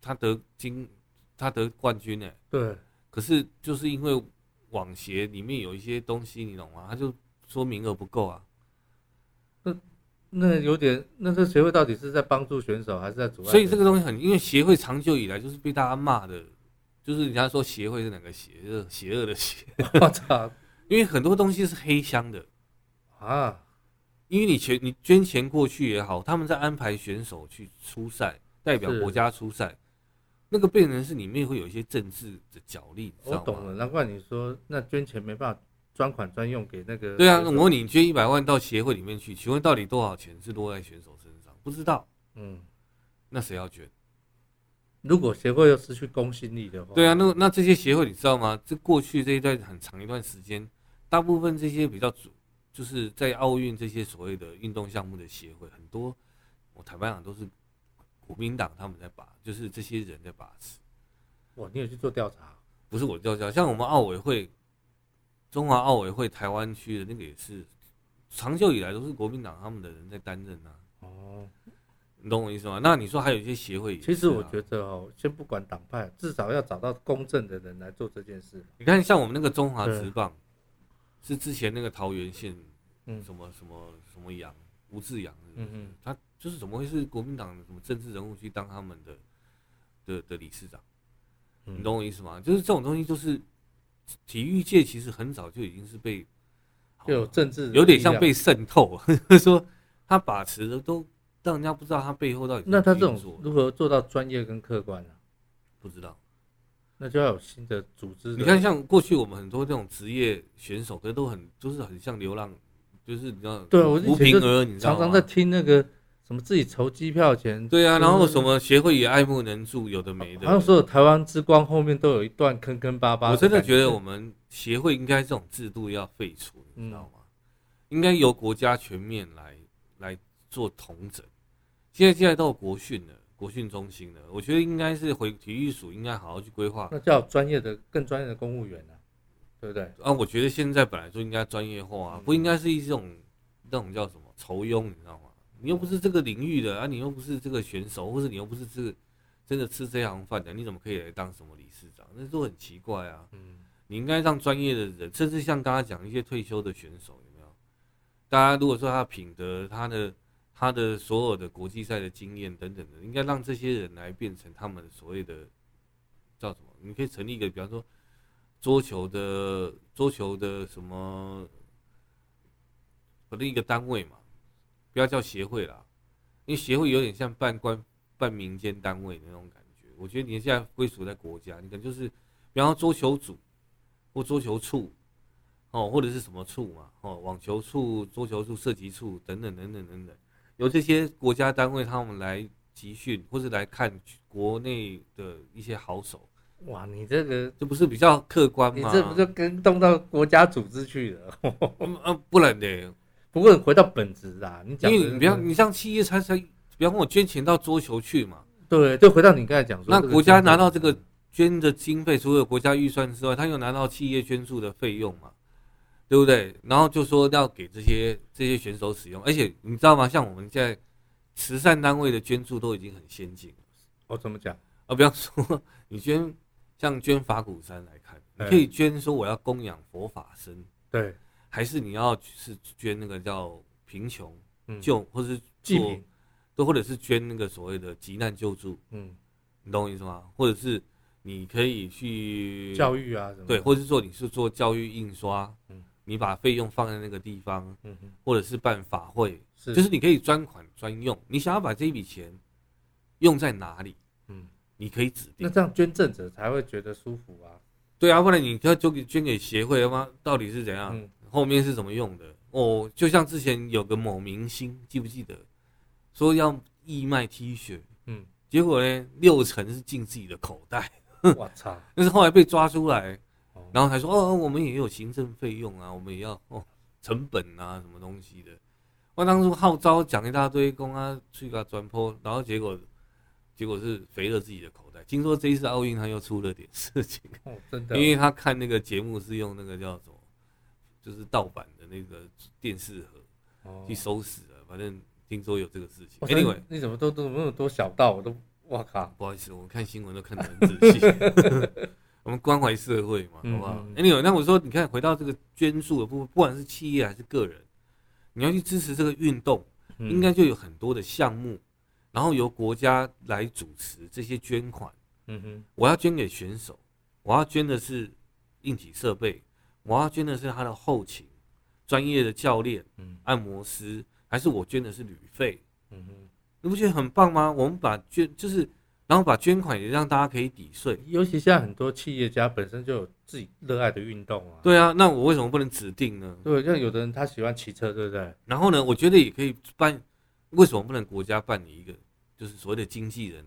Speaker 2: 她得金，她得冠军呢、
Speaker 1: 对，
Speaker 2: 可是就是因为网协里面有一些东西，你懂吗？他就说名额不够啊，
Speaker 1: 那有点，那这协会到底是在帮助选手，还是在阻碍选手？
Speaker 2: 所以这个东西很，因为协会长久以来就是被大家骂的，就是人家说协会是哪个邪恶邪恶的邪，
Speaker 1: 我 操
Speaker 2: 因为很多东西是黑箱的，
Speaker 1: 啊！
Speaker 2: 因为你钱你捐钱过去也好，他们在安排选手去出赛，代表
Speaker 1: 是
Speaker 2: 国家出赛，那个变成是里面会有一些政治的角力，你知
Speaker 1: 我
Speaker 2: 道
Speaker 1: 懂
Speaker 2: 吗？
Speaker 1: 了，难怪你说那捐钱没办法专款专用给那个。
Speaker 2: 对啊，我问你，你捐一百万到协会里面去，请问到底多少钱是落在选手身上？不知道，
Speaker 1: 嗯，
Speaker 2: 那谁要捐？
Speaker 1: 如果协会又失去公信力的话，
Speaker 2: 对啊，那那这些协会你知道吗？这过去这一段很长一段时间，大部分这些比较主，就是在奥运这些所谓的运动项目的协会，很多我坦白讲都是国民党他们在把，就是这些人在把持，
Speaker 1: 哇，你有去做调查？
Speaker 2: 不是我叫叫，像我们奥委会，中华奥委会台湾区的那个也是，长久以来都是国民党他们的人在担任啊，
Speaker 1: 哦，
Speaker 2: 你懂我意思吗？那你说还有一些协会也是啊、
Speaker 1: 其实我觉得哦，先不管党派，至少要找到公正的人来做这件事。
Speaker 2: 你看，像我们那个中华
Speaker 1: 对
Speaker 2: 职棒，是之前那个桃园县，
Speaker 1: 嗯
Speaker 2: 什么什么什么杨吴志阳，
Speaker 1: 嗯嗯，
Speaker 2: 他就是怎么会是国民党什么政治人物去当他们的的的理事长？
Speaker 1: 嗯
Speaker 2: 你懂我意思吗？就是这种东西，就是体育界其实很早就已经是被
Speaker 1: 就有政治
Speaker 2: 有点像
Speaker 1: 力
Speaker 2: 被渗透， 就是说他把持的都让人家不知道他背后到底
Speaker 1: 量。那他这
Speaker 2: 怎么
Speaker 1: 种
Speaker 2: 运作的
Speaker 1: 如何做到专业跟客观呢、啊？
Speaker 2: 不知道。
Speaker 1: 那就要有新的组织的。
Speaker 2: 你看，像过去我们很多这种职业选手，可是都很就是很像流浪，就是你知道，
Speaker 1: 对我以前
Speaker 2: 无凭而你知道
Speaker 1: 常
Speaker 2: 吗
Speaker 1: 常在听那个什么自己筹机票钱，
Speaker 2: 对啊，
Speaker 1: 就是
Speaker 2: 然后什么协会也爱莫能助，有的没
Speaker 1: 好像
Speaker 2: 的。
Speaker 1: 所有台湾之光后面都有一段坑坑巴巴。
Speaker 2: 我真的觉得我们协会应该这种制度要废除，你知道吗？应该由国家全面来来做统整。现在现在到国训了，国训中心了，我觉得应该是回体育署应该好好去规划。
Speaker 1: 那叫专业的、更专业的公务员啊，对不对？
Speaker 2: 啊，我觉得现在本来就应该专业化啊，
Speaker 1: 嗯
Speaker 2: 不应该是一种那种叫什么酬庸，你知道吗？你又不是这个领域的啊，你又不是这个选手，或者你又不是这个真的吃这行饭的，你怎么可以来当什么理事长？那都很奇怪啊。
Speaker 1: 嗯，
Speaker 2: 你应该让专业的人，甚至像刚刚讲一些退休的选手，有没有？大家如果说他的品德、他的他的所有的国际赛的经验等等的，应该让这些人来变成他们所谓的叫什么？你可以成立一个，比方说桌球的桌球的什么，成立一个单位嘛，不要叫协会啦，因为协会有点像半官半民间单位的那种感觉。我觉得你现在归属在国家，你可能就是，比方说桌球组或桌球处，哦，或者是什么处嘛，哦，网球处、桌球处、射击处等等等等等等，由这些国家单位他们来集训，或者来看国内的一些好手，
Speaker 1: 哇，你这个
Speaker 2: 这不是比较客观
Speaker 1: 你
Speaker 2: 吗？
Speaker 1: 这不就跟动到国家组织去了？
Speaker 2: 嗯啊，不然呢？
Speaker 1: 不过回到本质啊，你
Speaker 2: 因
Speaker 1: 讲的
Speaker 2: 为你不要，
Speaker 1: 这个
Speaker 2: 你像企业才才，比方说我捐钱到桌球去嘛，
Speaker 1: 对，就回到你刚才讲说，
Speaker 2: 那
Speaker 1: 这个
Speaker 2: 国家
Speaker 1: 政策
Speaker 2: 拿到这个捐的经费，除了国家预算之外，他又拿到企业捐助的费用嘛，对不对？然后就说要给这些这些选手使用，而且你知道吗？像我们现在慈善单位的捐助都已经很先进了
Speaker 1: 哦，怎么讲？
Speaker 2: 啊，不要说你捐，像捐法鼓山来看，你
Speaker 1: 嗯
Speaker 2: 可以捐说我要供养佛法僧，
Speaker 1: 对，
Speaker 2: 还是你要是捐那个叫贫穷
Speaker 1: 嗯，
Speaker 2: 救，或是
Speaker 1: 济
Speaker 2: 做
Speaker 1: 贫，
Speaker 2: 都或者是捐那个所谓的急难救助，
Speaker 1: 嗯，
Speaker 2: 你懂我意思吗？或者是你可以去
Speaker 1: 教育啊什么的，
Speaker 2: 对，或者是说你是做教育印刷，
Speaker 1: 嗯
Speaker 2: 你把费用放在那个地方，
Speaker 1: 嗯哼，
Speaker 2: 或者是办法会，
Speaker 1: 是，
Speaker 2: 就是你可以专款专用，你想要把这一笔钱用在哪里，
Speaker 1: 嗯，
Speaker 2: 你可以指
Speaker 1: 那
Speaker 2: 定。
Speaker 1: 这样捐赠者才会觉得舒服啊，
Speaker 2: 对啊，不然你要就给捐给协会，他妈到底是怎样？
Speaker 1: 嗯
Speaker 2: 后面是怎么用的？哦，就像之前有个某明星，记不记得说要义卖 T 恤，
Speaker 1: 嗯，
Speaker 2: 结果呢六成是进自己的口袋，
Speaker 1: 我操，
Speaker 2: 但是后来被抓出来
Speaker 1: 哦，
Speaker 2: 然后还说哦，我们也有行政费用啊，我们也要哦成本啊什么东西的。我当初号召讲一大堆，公啊去给他转坡，然后结果结果是肥了自己的口袋。听说这一次奥运他又出了点事情，
Speaker 1: 哦，真的
Speaker 2: 因，为他看那个节目是用那个叫什么，就是盗版的那个电视盒
Speaker 1: 哦
Speaker 2: 去收拾了，反正听说有这个事情。
Speaker 1: 哇
Speaker 2: Anyway，
Speaker 1: 你怎么都都那么多小道，我都，哇靠，
Speaker 2: 不好意思，我看新闻都看得很仔细。 我们关怀社会嘛，好不好
Speaker 1: 嗯嗯
Speaker 2: ？Anyway，那我说，你看回到这个捐助的部分，不管是企业还是个人，你要去支持这个运动，
Speaker 1: 嗯
Speaker 2: 应该就有很多的项目，然后由国家来主持这些捐款。
Speaker 1: 嗯哼，
Speaker 2: 我要捐给选手，我要捐的是硬体设备，我要捐的是他的后勤、专业的教练、
Speaker 1: 嗯
Speaker 2: 按摩师，还是我捐的是旅费？
Speaker 1: 嗯哼，
Speaker 2: 你不觉得很棒吗？我们把捐就是，然后把捐款也让大家可以抵税。
Speaker 1: 尤其现在很多企业家本身就有自己热爱的运动啊，
Speaker 2: 对啊，那我为什么不能指定呢？
Speaker 1: 对，像有的人他喜欢骑车，对不对？
Speaker 2: 然后呢，我觉得也可以办，为什么不能国家办理一个就是所谓的经纪人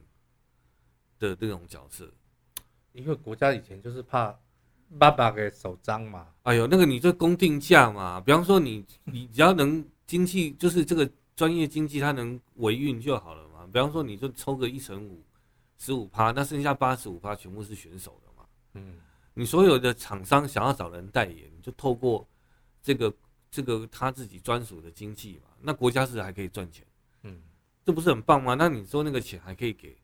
Speaker 2: 的这种角色？
Speaker 1: 因为国家以前就是怕爸爸给手脏嘛，
Speaker 2: 哎呦，那个你这公定价嘛，比方说你你只要能经济，就是这个专业经济它能维运就好了嘛。比方说你就抽个一成五，十五趴，那剩下八十五趴全部是选手的嘛。
Speaker 1: 嗯，
Speaker 2: 你所有的厂商想要找人代言，你就透过这个这个他自己专属的经济嘛，那国家是还可以赚钱，
Speaker 1: 嗯，
Speaker 2: 这不是很棒吗？那你说那个钱还可以给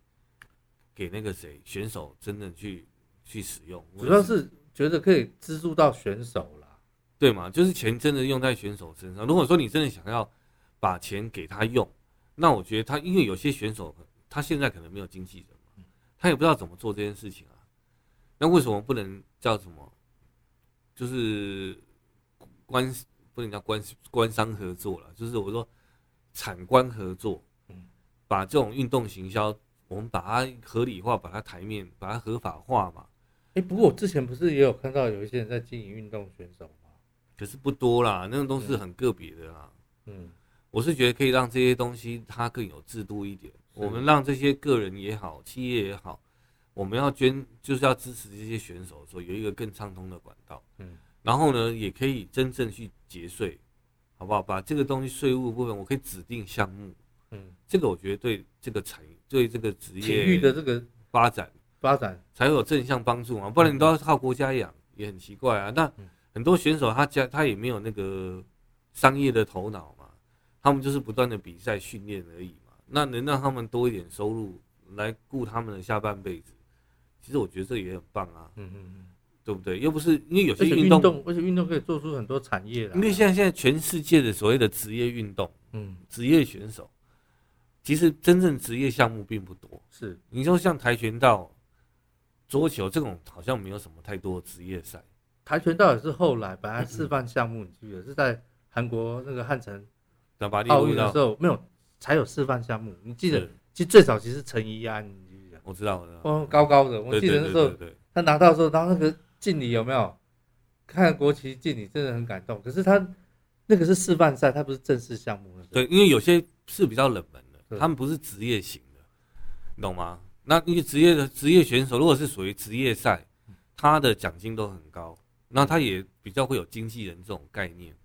Speaker 2: 给那个谁选手真正去去使用，
Speaker 1: 主要是觉得可以资助到选手啦，
Speaker 2: 对嘛，就是钱真的用在选手身上。如果说你真的想要把钱给他用，那我觉得他因为有些选手他现在可能没有经纪人嘛，他也不知道怎么做这件事情啊。那为什么不能叫什么？就是官不能叫官官商合作了，就是我说产官合作
Speaker 1: 嗯，
Speaker 2: 把这种运动行销，我们把它合理化，把它台面，把它合法化嘛。
Speaker 1: 哎、不过我之前不是也有看到有一些人在经营运动选手吗？
Speaker 2: 可是不多啦，那种都是很个别的啦。
Speaker 1: 嗯，
Speaker 2: 我是觉得可以让这些东西它更有制度一点。
Speaker 1: 是
Speaker 2: 我们让这些个人也好，企业也好，我们要捐就是要支持这些选手，说有一个更畅通的管道。
Speaker 1: 嗯，
Speaker 2: 然后呢，也可以真正去节税，好不好？把这个东西税务部分，我可以指定项目。
Speaker 1: 嗯，
Speaker 2: 这个我觉得对这个产业、对这个职
Speaker 1: 体育
Speaker 2: 业
Speaker 1: 的这个
Speaker 2: 发展
Speaker 1: 发展，
Speaker 2: 才会有正向帮助嘛，不然你都要靠国家养，也很奇怪啊。那
Speaker 1: 嗯
Speaker 2: 很多选手他家他也没有那个商业的头脑嘛，他们就是不断的比赛训练而已嘛。那能让他们多一点收入来顾他们的下半辈子，其实我觉得这也很棒啊，
Speaker 1: 嗯嗯嗯，
Speaker 2: 对不对？又不是因为有
Speaker 1: 而
Speaker 2: 些
Speaker 1: 且
Speaker 2: 运
Speaker 1: 运
Speaker 2: 动，
Speaker 1: 动，而且运动可以做出很多产业来，
Speaker 2: 因为现在现在全世界的所谓的职业运动、
Speaker 1: 嗯
Speaker 2: 职业选手，其实真正职业项目并不多。
Speaker 1: 是，
Speaker 2: 你说像跆拳道、桌球这种，好像没有什么太多的职业赛。
Speaker 1: 跆拳道也是后来本来示范项目，你记不记得是在韩国那个汉城
Speaker 2: 那把你
Speaker 1: 奥
Speaker 2: 录
Speaker 1: 运的
Speaker 2: 到
Speaker 1: 时，候没有才有示范项目，你记得
Speaker 2: 是？
Speaker 1: 其实最早其实是陈怡安，你记不记得？
Speaker 2: 我知道，我知道。
Speaker 1: 哦，高高的，我
Speaker 2: 对
Speaker 1: 记
Speaker 2: 对
Speaker 1: 得那
Speaker 2: 对
Speaker 1: 时候
Speaker 2: 对对，
Speaker 1: 他拿到的时候，然后那个敬礼有没有？看国旗敬礼真的很感动。可是他那个是示范赛，他不是正式项目。那时候
Speaker 2: 对，因为有些是比较冷门的，
Speaker 1: 对
Speaker 2: 他们不是职业型的，你懂吗？那因为职业的职业选手，如果是属于职业赛，他的奖金都很高，那他也比较会有经纪人这种概念。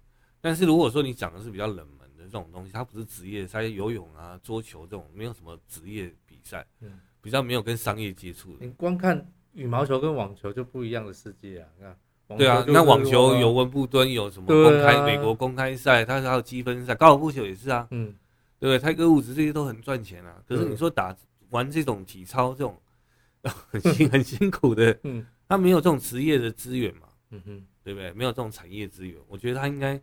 Speaker 2: 但是如果说你讲的是比较冷门的这种东西，它不是职业赛，游泳啊、桌球这种没有什么职业比赛
Speaker 1: 嗯，
Speaker 2: 比较没有跟商业接触的。
Speaker 1: 你光看羽毛球跟网球就不一样的世界啊！你看，网球
Speaker 2: 对啊，
Speaker 1: 就是嗯
Speaker 2: 那网球有，温布顿，有什么
Speaker 1: 对
Speaker 2: 公开、
Speaker 1: 啊
Speaker 2: 美国公开赛，它还有积分赛，高尔夫球也是啊，
Speaker 1: 嗯，
Speaker 2: 对不对？泰戈伍兹这些都很赚钱啊。可是
Speaker 1: 对
Speaker 2: 你说打玩这种体操这种 很辛很辛苦的，
Speaker 1: 嗯
Speaker 2: 他没有这种职业的资源嘛，
Speaker 1: 嗯哼，
Speaker 2: 对不对？没有这种产业资源，我觉得他应该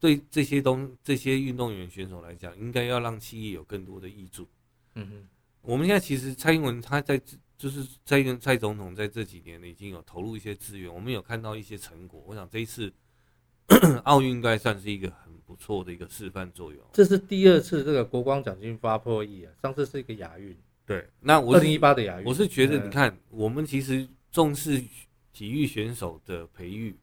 Speaker 2: 对这些东这些运动员选手来讲，应该要让企业有更多的益助。
Speaker 1: 嗯哼，
Speaker 2: 我们现在其实蔡英文他在这就是蔡英蔡总统在这几年已经有投入一些资源，我们有看到一些成果。我想这一次 奥运应该算是一个很不错的一个示范作用。
Speaker 1: 这是第二次这个国光奖金发破亿啊，上次是一个亚运，
Speaker 2: 对，那我
Speaker 1: 二
Speaker 2: 是
Speaker 1: 零一八的亚运，
Speaker 2: 我是觉得，你
Speaker 1: 嗯
Speaker 2: 看，我们其实重视体育选手的培育，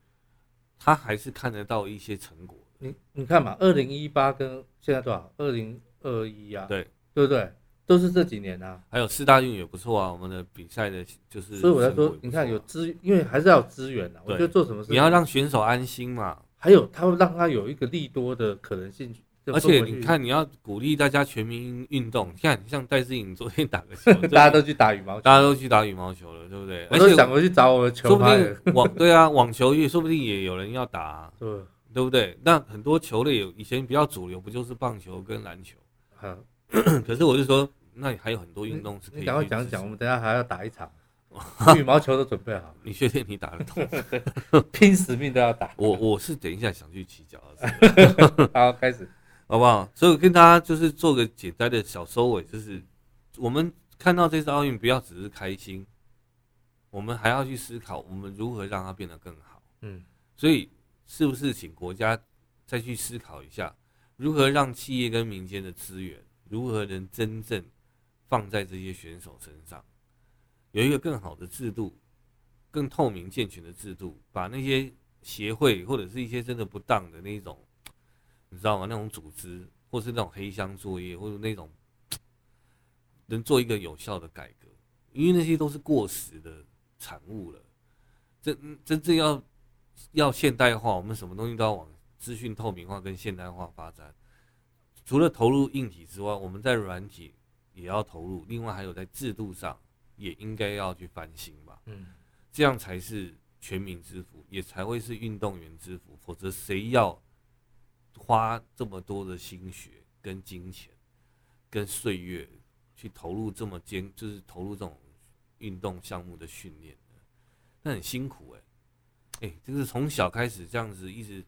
Speaker 2: 他还是看得到一些成果。
Speaker 1: 你你看嘛，二零一八跟现在多少？二零二一啊，
Speaker 2: 对，
Speaker 1: 对不对？都是这几年啊，
Speaker 2: 还有四大运也不错啊，我们的比赛的，就是
Speaker 1: 所以我在
Speaker 2: 成果
Speaker 1: 说
Speaker 2: 也不，错啊
Speaker 1: 你看有资，因为还是要有资源啊。我觉得
Speaker 2: 对
Speaker 1: 做什么事，
Speaker 2: 你要让选手安心嘛，
Speaker 1: 还有他会让他有一个利多的可能性。就
Speaker 2: 而
Speaker 1: 分
Speaker 2: 且
Speaker 1: 回去，
Speaker 2: 你，看，你要鼓励大家全民运动。你看，像戴志颖昨天打个球
Speaker 1: 大家都去打羽毛球，
Speaker 2: 大家都去打羽毛球了，对不对？
Speaker 1: 我
Speaker 2: 而
Speaker 1: 都
Speaker 2: 且
Speaker 1: 想回去找我的球
Speaker 2: 说不
Speaker 1: 拍了。
Speaker 2: 定 网对啊，网球也说不定也有人要打啊、
Speaker 1: 对，
Speaker 2: 对不对？那很多球类有以前比较主流，不就是棒球跟篮球？
Speaker 1: 好，
Speaker 2: 可是我是说，那你还有很多运动是可以
Speaker 1: 嗯你
Speaker 2: 去
Speaker 1: 赶快讲一讲，我
Speaker 2: 支持。
Speaker 1: 们等一下还要打一 场，羽毛球都准备好，
Speaker 2: 你确定你打得通？
Speaker 1: 拼死命都要打。
Speaker 2: 我我是等一下想去骑脚踏车，
Speaker 1: 好，开始。
Speaker 2: 好不好？所以我跟大家就是做个简单的小收尾，就是我们看到这次奥运，不要只是开心，我们还要去思考我们如何让它变得更好。
Speaker 1: 嗯，
Speaker 2: 所以是不是请国家再去思考一下，如何让企业跟民间的资源，如何能真正放在这些选手身上，有一个更好的制度，更透明健全的制度，把那些协会或者是一些真的不当的那一种，你知道吗？那种组织，或是那种黑箱作业，或者那种能做一个有效的改革，因为那些都是过时的产物了。真真正要要现代化，我们什么东西都要往资讯透明化跟现代化发展。除了投入硬体之外，我们在软体也要投入，另外还有在制度上也应该要去翻新吧。
Speaker 1: 嗯，
Speaker 2: 这样才是全民之福，也才会是运动员之福。否则谁要花这么多的心血、跟金钱、跟岁月去投入这么艰，就是投入这种运动项目的训练呢？那很辛苦哎、哎、就是从小开始这样子，一直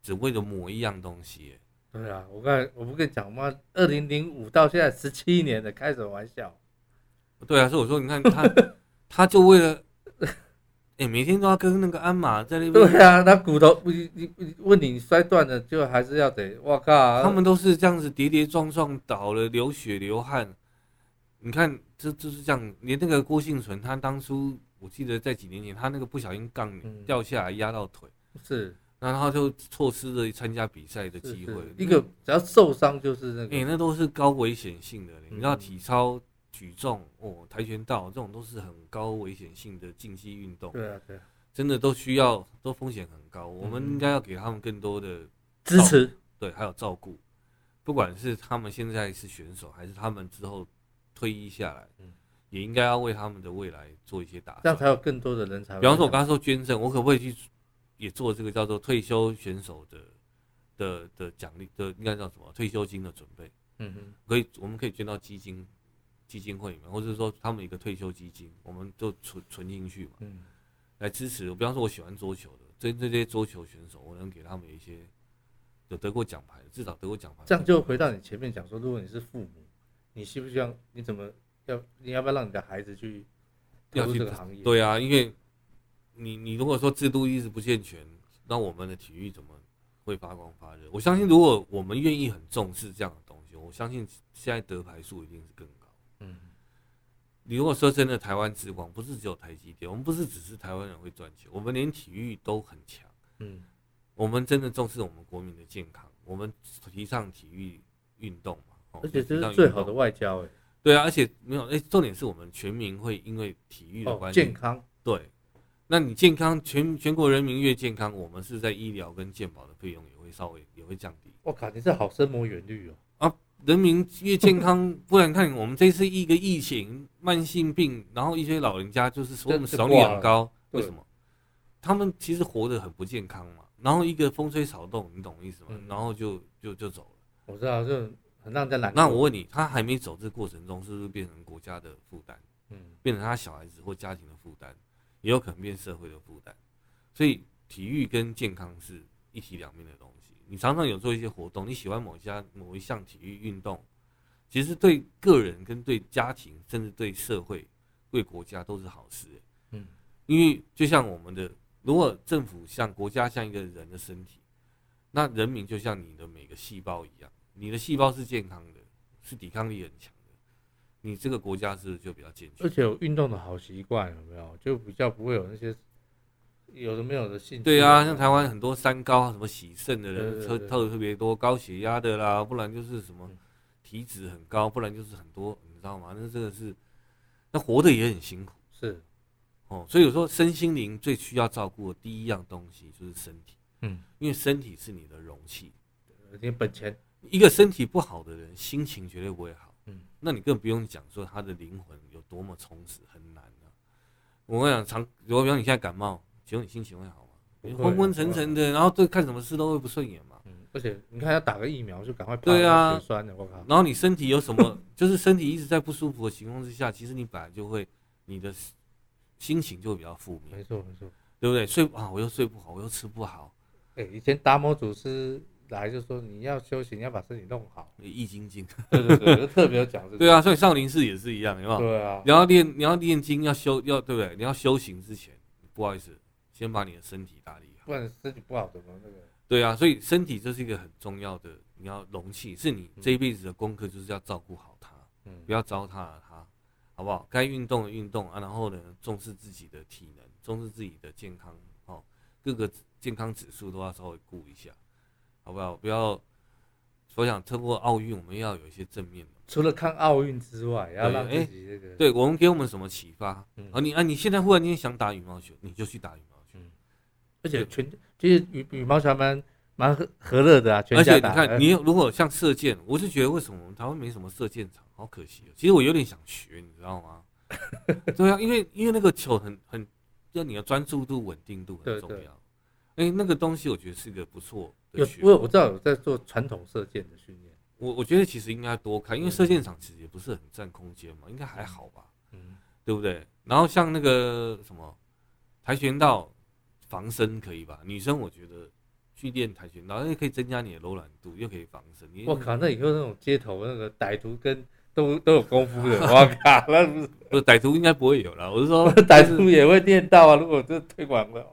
Speaker 2: 只为了磨一样东西、欸。
Speaker 1: 对啊，我刚才我不跟你讲嘛，二零零五到现在十七年了，开什么玩笑？
Speaker 2: 对啊，所以我说，你看他， 他就为了，哎、每天都要跟那个鞍马在那边
Speaker 1: 对啊，那骨头你你你问你摔断了，就还是要得，我靠，
Speaker 2: 他们都是这样子跌跌撞撞倒了，流血流汗。你看，这就是这样。连那个郭幸存，他当初我记得在几年前，他那个不小心杠
Speaker 1: 嗯
Speaker 2: 掉下来压到腿，
Speaker 1: 是
Speaker 2: 然后他就错失了参加比赛的
Speaker 1: 是
Speaker 2: 机
Speaker 1: 是
Speaker 2: 会。嗯
Speaker 1: 一个，只要受伤就是那
Speaker 2: 哎、
Speaker 1: 个，
Speaker 2: 那都是高危险性的。你知道
Speaker 1: 嗯
Speaker 2: 体操、举重、哦，跆拳道这种都是很高危险性的竞技运动，
Speaker 1: 对啊对啊，
Speaker 2: 真的都需要，都风险很高。我们
Speaker 1: 嗯
Speaker 2: 应该要给他们更多的
Speaker 1: 支持，
Speaker 2: 对，还有照顾，不管是他们现在是选手，还是他们之后退役下来，
Speaker 1: 嗯
Speaker 2: 也应该要为他们的未来做一些打
Speaker 1: 这样
Speaker 2: 算。
Speaker 1: 才有更多的人才会。
Speaker 2: 比方说，我刚刚说捐赠，我可不可以去也做这个叫做退休选手的的的奖励的，应该叫什么退休金的准备？
Speaker 1: 嗯哼，
Speaker 2: 可以，我们可以捐到基金基金会里面，或者是说他们一个退休基金，我们就存存进去嘛，
Speaker 1: 嗯
Speaker 2: 来支持。比方说，我喜欢桌球的，这这些桌球选手，我能给他们一些有得过奖牌，至少得过奖牌。
Speaker 1: 这样就回到你前面讲说，如果你是父母，你希不希望你怎么要你要不要让你的孩子去投
Speaker 2: 要
Speaker 1: 入
Speaker 2: 去
Speaker 1: 这个行业？
Speaker 2: 对啊，因为你你如果说制度一直不健全，那我们的体育怎么会发光发热？我相信，如果我们愿意很重视这样的东西，我相信现在得牌数一定是更高。
Speaker 1: 嗯，
Speaker 2: 你如果说真的，台湾之光不是只有台积电，我们不是只是台湾人会赚钱，我们连体育都很强。
Speaker 1: 嗯
Speaker 2: 我们真的重视我们国民的健康，我们提倡体育运动嘛，哦
Speaker 1: 而且这
Speaker 2: 提倡
Speaker 1: 是
Speaker 2: 运
Speaker 1: 最好
Speaker 2: 动
Speaker 1: 的外交哎、
Speaker 2: 对啊，而且没有哎、重点是我们全民会因为体育的
Speaker 1: 哦，
Speaker 2: 关系、
Speaker 1: 健康，
Speaker 2: 对，那你健康全全国人民越健康，我们是在医疗跟健保的费用也会稍微也会降低。
Speaker 1: 我靠，你这好深谋远虑哦。
Speaker 2: 人民越健 康，不然看我们这次一个疫情、慢性病，然后一些老人家就是说我们
Speaker 1: 真是
Speaker 2: 少率
Speaker 1: 挂
Speaker 2: 很
Speaker 1: 了
Speaker 2: 高，为
Speaker 1: 对
Speaker 2: 什么？他们其实活得很不健康嘛。然后一个风吹草动，你懂我意思吗？
Speaker 1: 嗯
Speaker 2: 然后就就就走了。
Speaker 1: 我知道，就很让人家难过。
Speaker 2: 那我问你，他还没走这过程中，是不是变成国家的负担？
Speaker 1: 嗯
Speaker 2: 变成他小孩子或家庭的负担，也有可能变社会的负担。所以体育跟健康是一体两面的东西。你常常有做一些活动，你喜欢某一家某一项体育运动，其实对个人跟对家庭，甚至对社会、对国家都是好事。欸
Speaker 1: 嗯，
Speaker 2: 因为就像我们的，如果政府像国家像一个人的身体，那人民就像你的每个细胞一样，你的细胞是健康的，是抵抗力很强的，你这个国家是不是就比较健全
Speaker 1: 而？且有运动的好习惯，有没有？就比较不会有那些有的没有的兴趣。
Speaker 2: 对啊，像台湾很多三高，啊什么喜肾的人
Speaker 1: 嗯对对
Speaker 2: 特
Speaker 1: 对嗯
Speaker 2: 特特别多，高血压的啦，不然就是什么体脂很高，不然就是很多，你知道吗？那这个是，那活得也很辛苦
Speaker 1: 是，
Speaker 2: 哦。所以有时候身心灵最需要照顾的第一样东西就是身体，
Speaker 1: 嗯，
Speaker 2: 因为身体是你的容器。
Speaker 1: 你本钱，
Speaker 2: 一个身体不好的人，心情绝对不会好。
Speaker 1: 嗯
Speaker 2: 那你更不用讲说他的灵魂有多么充实，很难啊。我跟你讲，常如果比方你现在感冒，请问你心情会好吗？
Speaker 1: 不会啊
Speaker 2: 昏昏沉沉的，然后对看什么事都会不顺眼嘛。
Speaker 1: 嗯，而且你看要打个疫苗就赶快怕
Speaker 2: 对啊
Speaker 1: 那血栓的，我靠，
Speaker 2: 然后你身体有什么，就是身体一直在不舒服的情况之下，其实你本来就会，你的心情就会比较负面，
Speaker 1: 没错没错。
Speaker 2: 对不对？睡啊，我又睡不好，我又吃不好，
Speaker 1: 哎、以前达摩祖师来就说你要修行，你要把身体弄好，
Speaker 2: 易筋经。
Speaker 1: 对对对，就特别有讲这个。
Speaker 2: 对啊，所以少林寺也是一样，有没有？
Speaker 1: 对啊，
Speaker 2: 你要练，你要练经，要修，要对不对？你要修行之前，不好意思，先把你的身体打理好。
Speaker 1: 不然身体不好怎么那个？
Speaker 2: 对啊，所以身体这是一个很重要的，你要容器，是你这一辈子的功课，就是要照顾好它，
Speaker 1: 嗯
Speaker 2: 不要糟蹋了它，好不好？该运动的运动啊，然后呢，重视自己的体能，重视自己的健康，哦，各个健康指数都要稍微顾一下，好不好？不要，我想透过奥运，我们要有一些正面的。
Speaker 1: 除了看奥运之外，也要让自己这个
Speaker 2: 对我们给我们什么启发？
Speaker 1: 嗯
Speaker 2: 啊，你啊，你现在忽然间想打羽毛球，你就去打羽毛球。
Speaker 1: 而且全其实羽羽毛球还蛮蛮和和乐的啊，全
Speaker 2: 而且
Speaker 1: 家
Speaker 2: 你
Speaker 1: 打。
Speaker 2: 看，你如果像射箭，我是觉得为什么我们台湾没什么射箭场，好可惜、哦。其实我有点想学，你知道吗？ 对啊，因为因为那个球很很，要你的专注度、稳定度很
Speaker 1: 对
Speaker 2: 重
Speaker 1: 对
Speaker 2: 要。哎，那个东西我觉得是一个不错的
Speaker 1: 有
Speaker 2: 学
Speaker 1: 我
Speaker 2: 问。
Speaker 1: 有我知道有在做传统射箭的训练，
Speaker 2: 我我觉得其实应该多看，因为
Speaker 1: 嗯
Speaker 2: 射箭场其实也不是很占空间嘛，应该还好吧。
Speaker 1: 嗯，
Speaker 2: 对不对？然后像那个什么跆拳道防身可以吧？女生我觉得去练跆拳道，因为可以增加你的柔软度，又可以防身。你
Speaker 1: 嗯我靠，那以后那种街头那个歹徒跟都都有功夫 的，我靠，那不是，
Speaker 2: 不是歹徒应该不会有啦。我是说
Speaker 1: 歹徒也会练到啊？如果这推广了，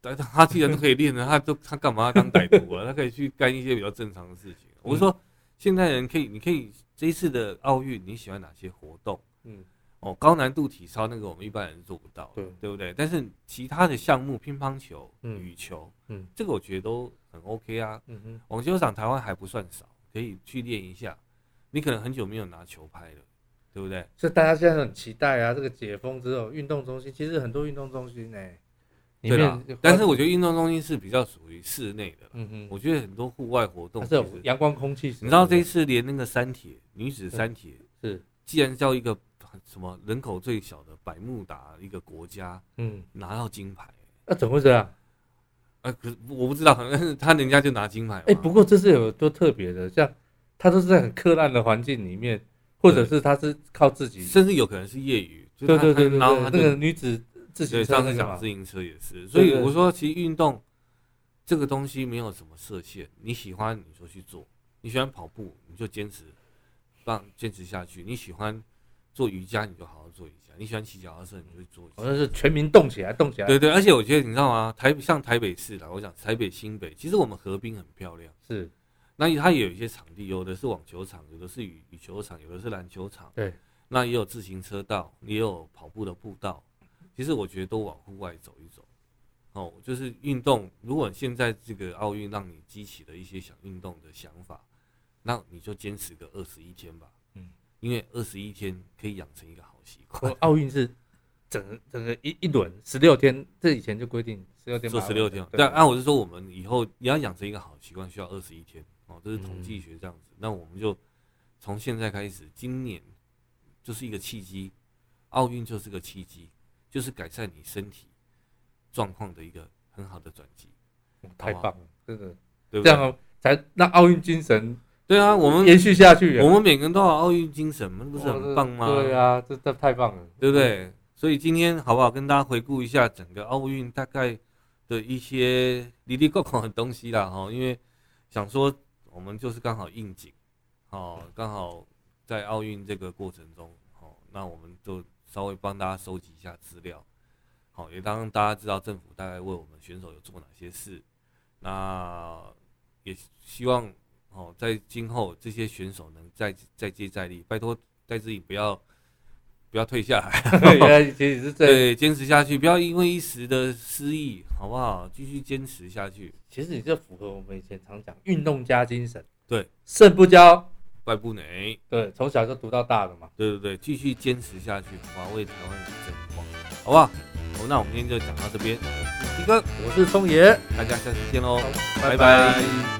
Speaker 2: 但是他既然都可以练了，他都他干嘛要当歹徒啊？他 可以去干一些比较正常的事情。我是说，现代人可以，你可以这一次的奥运，你喜欢哪些活动？
Speaker 1: 嗯，
Speaker 2: 哦，高难度体操那个我们一般人做不到，
Speaker 1: 对
Speaker 2: 对不对？但是其他的项目，乒乓球、
Speaker 1: 嗯
Speaker 2: 羽球，
Speaker 1: 嗯，
Speaker 2: 这个我觉得都很 OK 啊。
Speaker 1: 嗯哼，
Speaker 2: 网球场台湾还不算少，可以去练一下。你可能很久没有拿球拍了，对不对？
Speaker 1: 所以大家现在都很期待啊，这个解封之后，运动中心其实很多运动中心呢、里
Speaker 2: 对啦
Speaker 1: 面，
Speaker 2: 但是我觉得运动中心是比较属于室内的啦。
Speaker 1: 嗯哼，
Speaker 2: 我觉得很多户外活动
Speaker 1: 它是
Speaker 2: 其
Speaker 1: 有
Speaker 2: 实，
Speaker 1: 阳光空气什么
Speaker 2: 你
Speaker 1: 的，
Speaker 2: 知道这一次连那个三铁女子三铁，
Speaker 1: 是
Speaker 2: 既然叫一个什么人口最小的百慕达一个国家
Speaker 1: 嗯，
Speaker 2: 拿到金牌，
Speaker 1: 那、怎么会这样？
Speaker 2: 啊，可是我不知道， 可能他人家就拿金牌嘛。
Speaker 1: 哎、不过这是有多特别的，像他都是在很苛难的环境里面，或者是他是靠自己，
Speaker 2: 甚至有可能是业余，就
Speaker 1: 对
Speaker 2: 是他
Speaker 1: 对对对
Speaker 2: 他然
Speaker 1: 对，
Speaker 2: 后他
Speaker 1: 那
Speaker 2: 就
Speaker 1: 个女子自己
Speaker 2: 对，
Speaker 1: 车
Speaker 2: 上
Speaker 1: 那
Speaker 2: 次
Speaker 1: 个
Speaker 2: 讲
Speaker 1: 嘛
Speaker 2: 自，行车也是，所以
Speaker 1: 对
Speaker 2: 我说其实运动这个东西没有什么设限，你喜欢你就去做，你喜欢跑步你就坚持，让坚持下去。你喜欢做瑜伽你就好好做瑜伽，你喜欢骑脚踏车你就去做
Speaker 1: 好
Speaker 2: 骑。
Speaker 1: 像哦是全民动起来，动起来，
Speaker 2: 对对，而且我觉得你知道吗？台像台北市啦，我讲台北新北，其实我们河滨很漂亮，
Speaker 1: 是，
Speaker 2: 那它也有一些场地，有的是网球场，有的是羽羽球场，有的是篮球场，
Speaker 1: 对，
Speaker 2: 那也有自行车道，也有跑步的步道。其实我觉得都往户外走一走，哦，就是运动。如果现在这个奥运让你激起了一些想运动的想法，那你就坚持个二十一天吧。
Speaker 1: 嗯，
Speaker 2: 因为二十一天可以养成一个好习
Speaker 1: 我
Speaker 2: 惯，
Speaker 1: 哦奥运是整个整个一一轮十六天，这以前就规定十六天
Speaker 2: 做
Speaker 1: 马拉
Speaker 2: 十
Speaker 1: 松，
Speaker 2: 六天嘛。
Speaker 1: 对
Speaker 2: 但按、我是说，我们以后你要养成一个好习惯，需要二十一天哦，这是统
Speaker 1: 嗯
Speaker 2: 计学这样子。那我们就从现在开始，今年就是一个契机，奥运就是个契机，就是改善你身体状况的一个很好的转机，
Speaker 1: 太棒了，真的
Speaker 2: 对
Speaker 1: 这
Speaker 2: 不对？
Speaker 1: 样才让奥运精神
Speaker 2: 对啊，我们
Speaker 1: 延续下去啊，
Speaker 2: 我们每个人都有奥运精神嘛，那哦不是很棒吗？
Speaker 1: 对啊，这这太棒了，
Speaker 2: 对 不？对？所以今天好不好跟大家回顾一下整个奥运大概的一些离离扣扣的东西啦哈，因为想说我们就是刚好应景，哦，刚好在奥运这个过程中，哦，那我们就稍微帮大家收集一下资料，好，也让大家知道政府大概为我们选手有做哪些事，那也希望哦，在今后这些选手能再再接再厉，拜托戴志颖不要不要退下来。
Speaker 1: 原来其实是这，
Speaker 2: 对，坚持下去，不要因为一时的失意，好不好？继续坚持下去，
Speaker 1: 其实你这符合我们以前常讲运动家精神，
Speaker 2: 对，
Speaker 1: 胜不骄，
Speaker 2: 败不馁。
Speaker 1: 对，从小就读到大的嘛。
Speaker 2: 对对对，继续坚持下去，好不好？为台湾争光，好不好？好，那我们今天就讲到这边，我是一哥，
Speaker 1: 我是聪爷，
Speaker 2: 大家下次见喽，
Speaker 1: 好拜
Speaker 2: 拜拜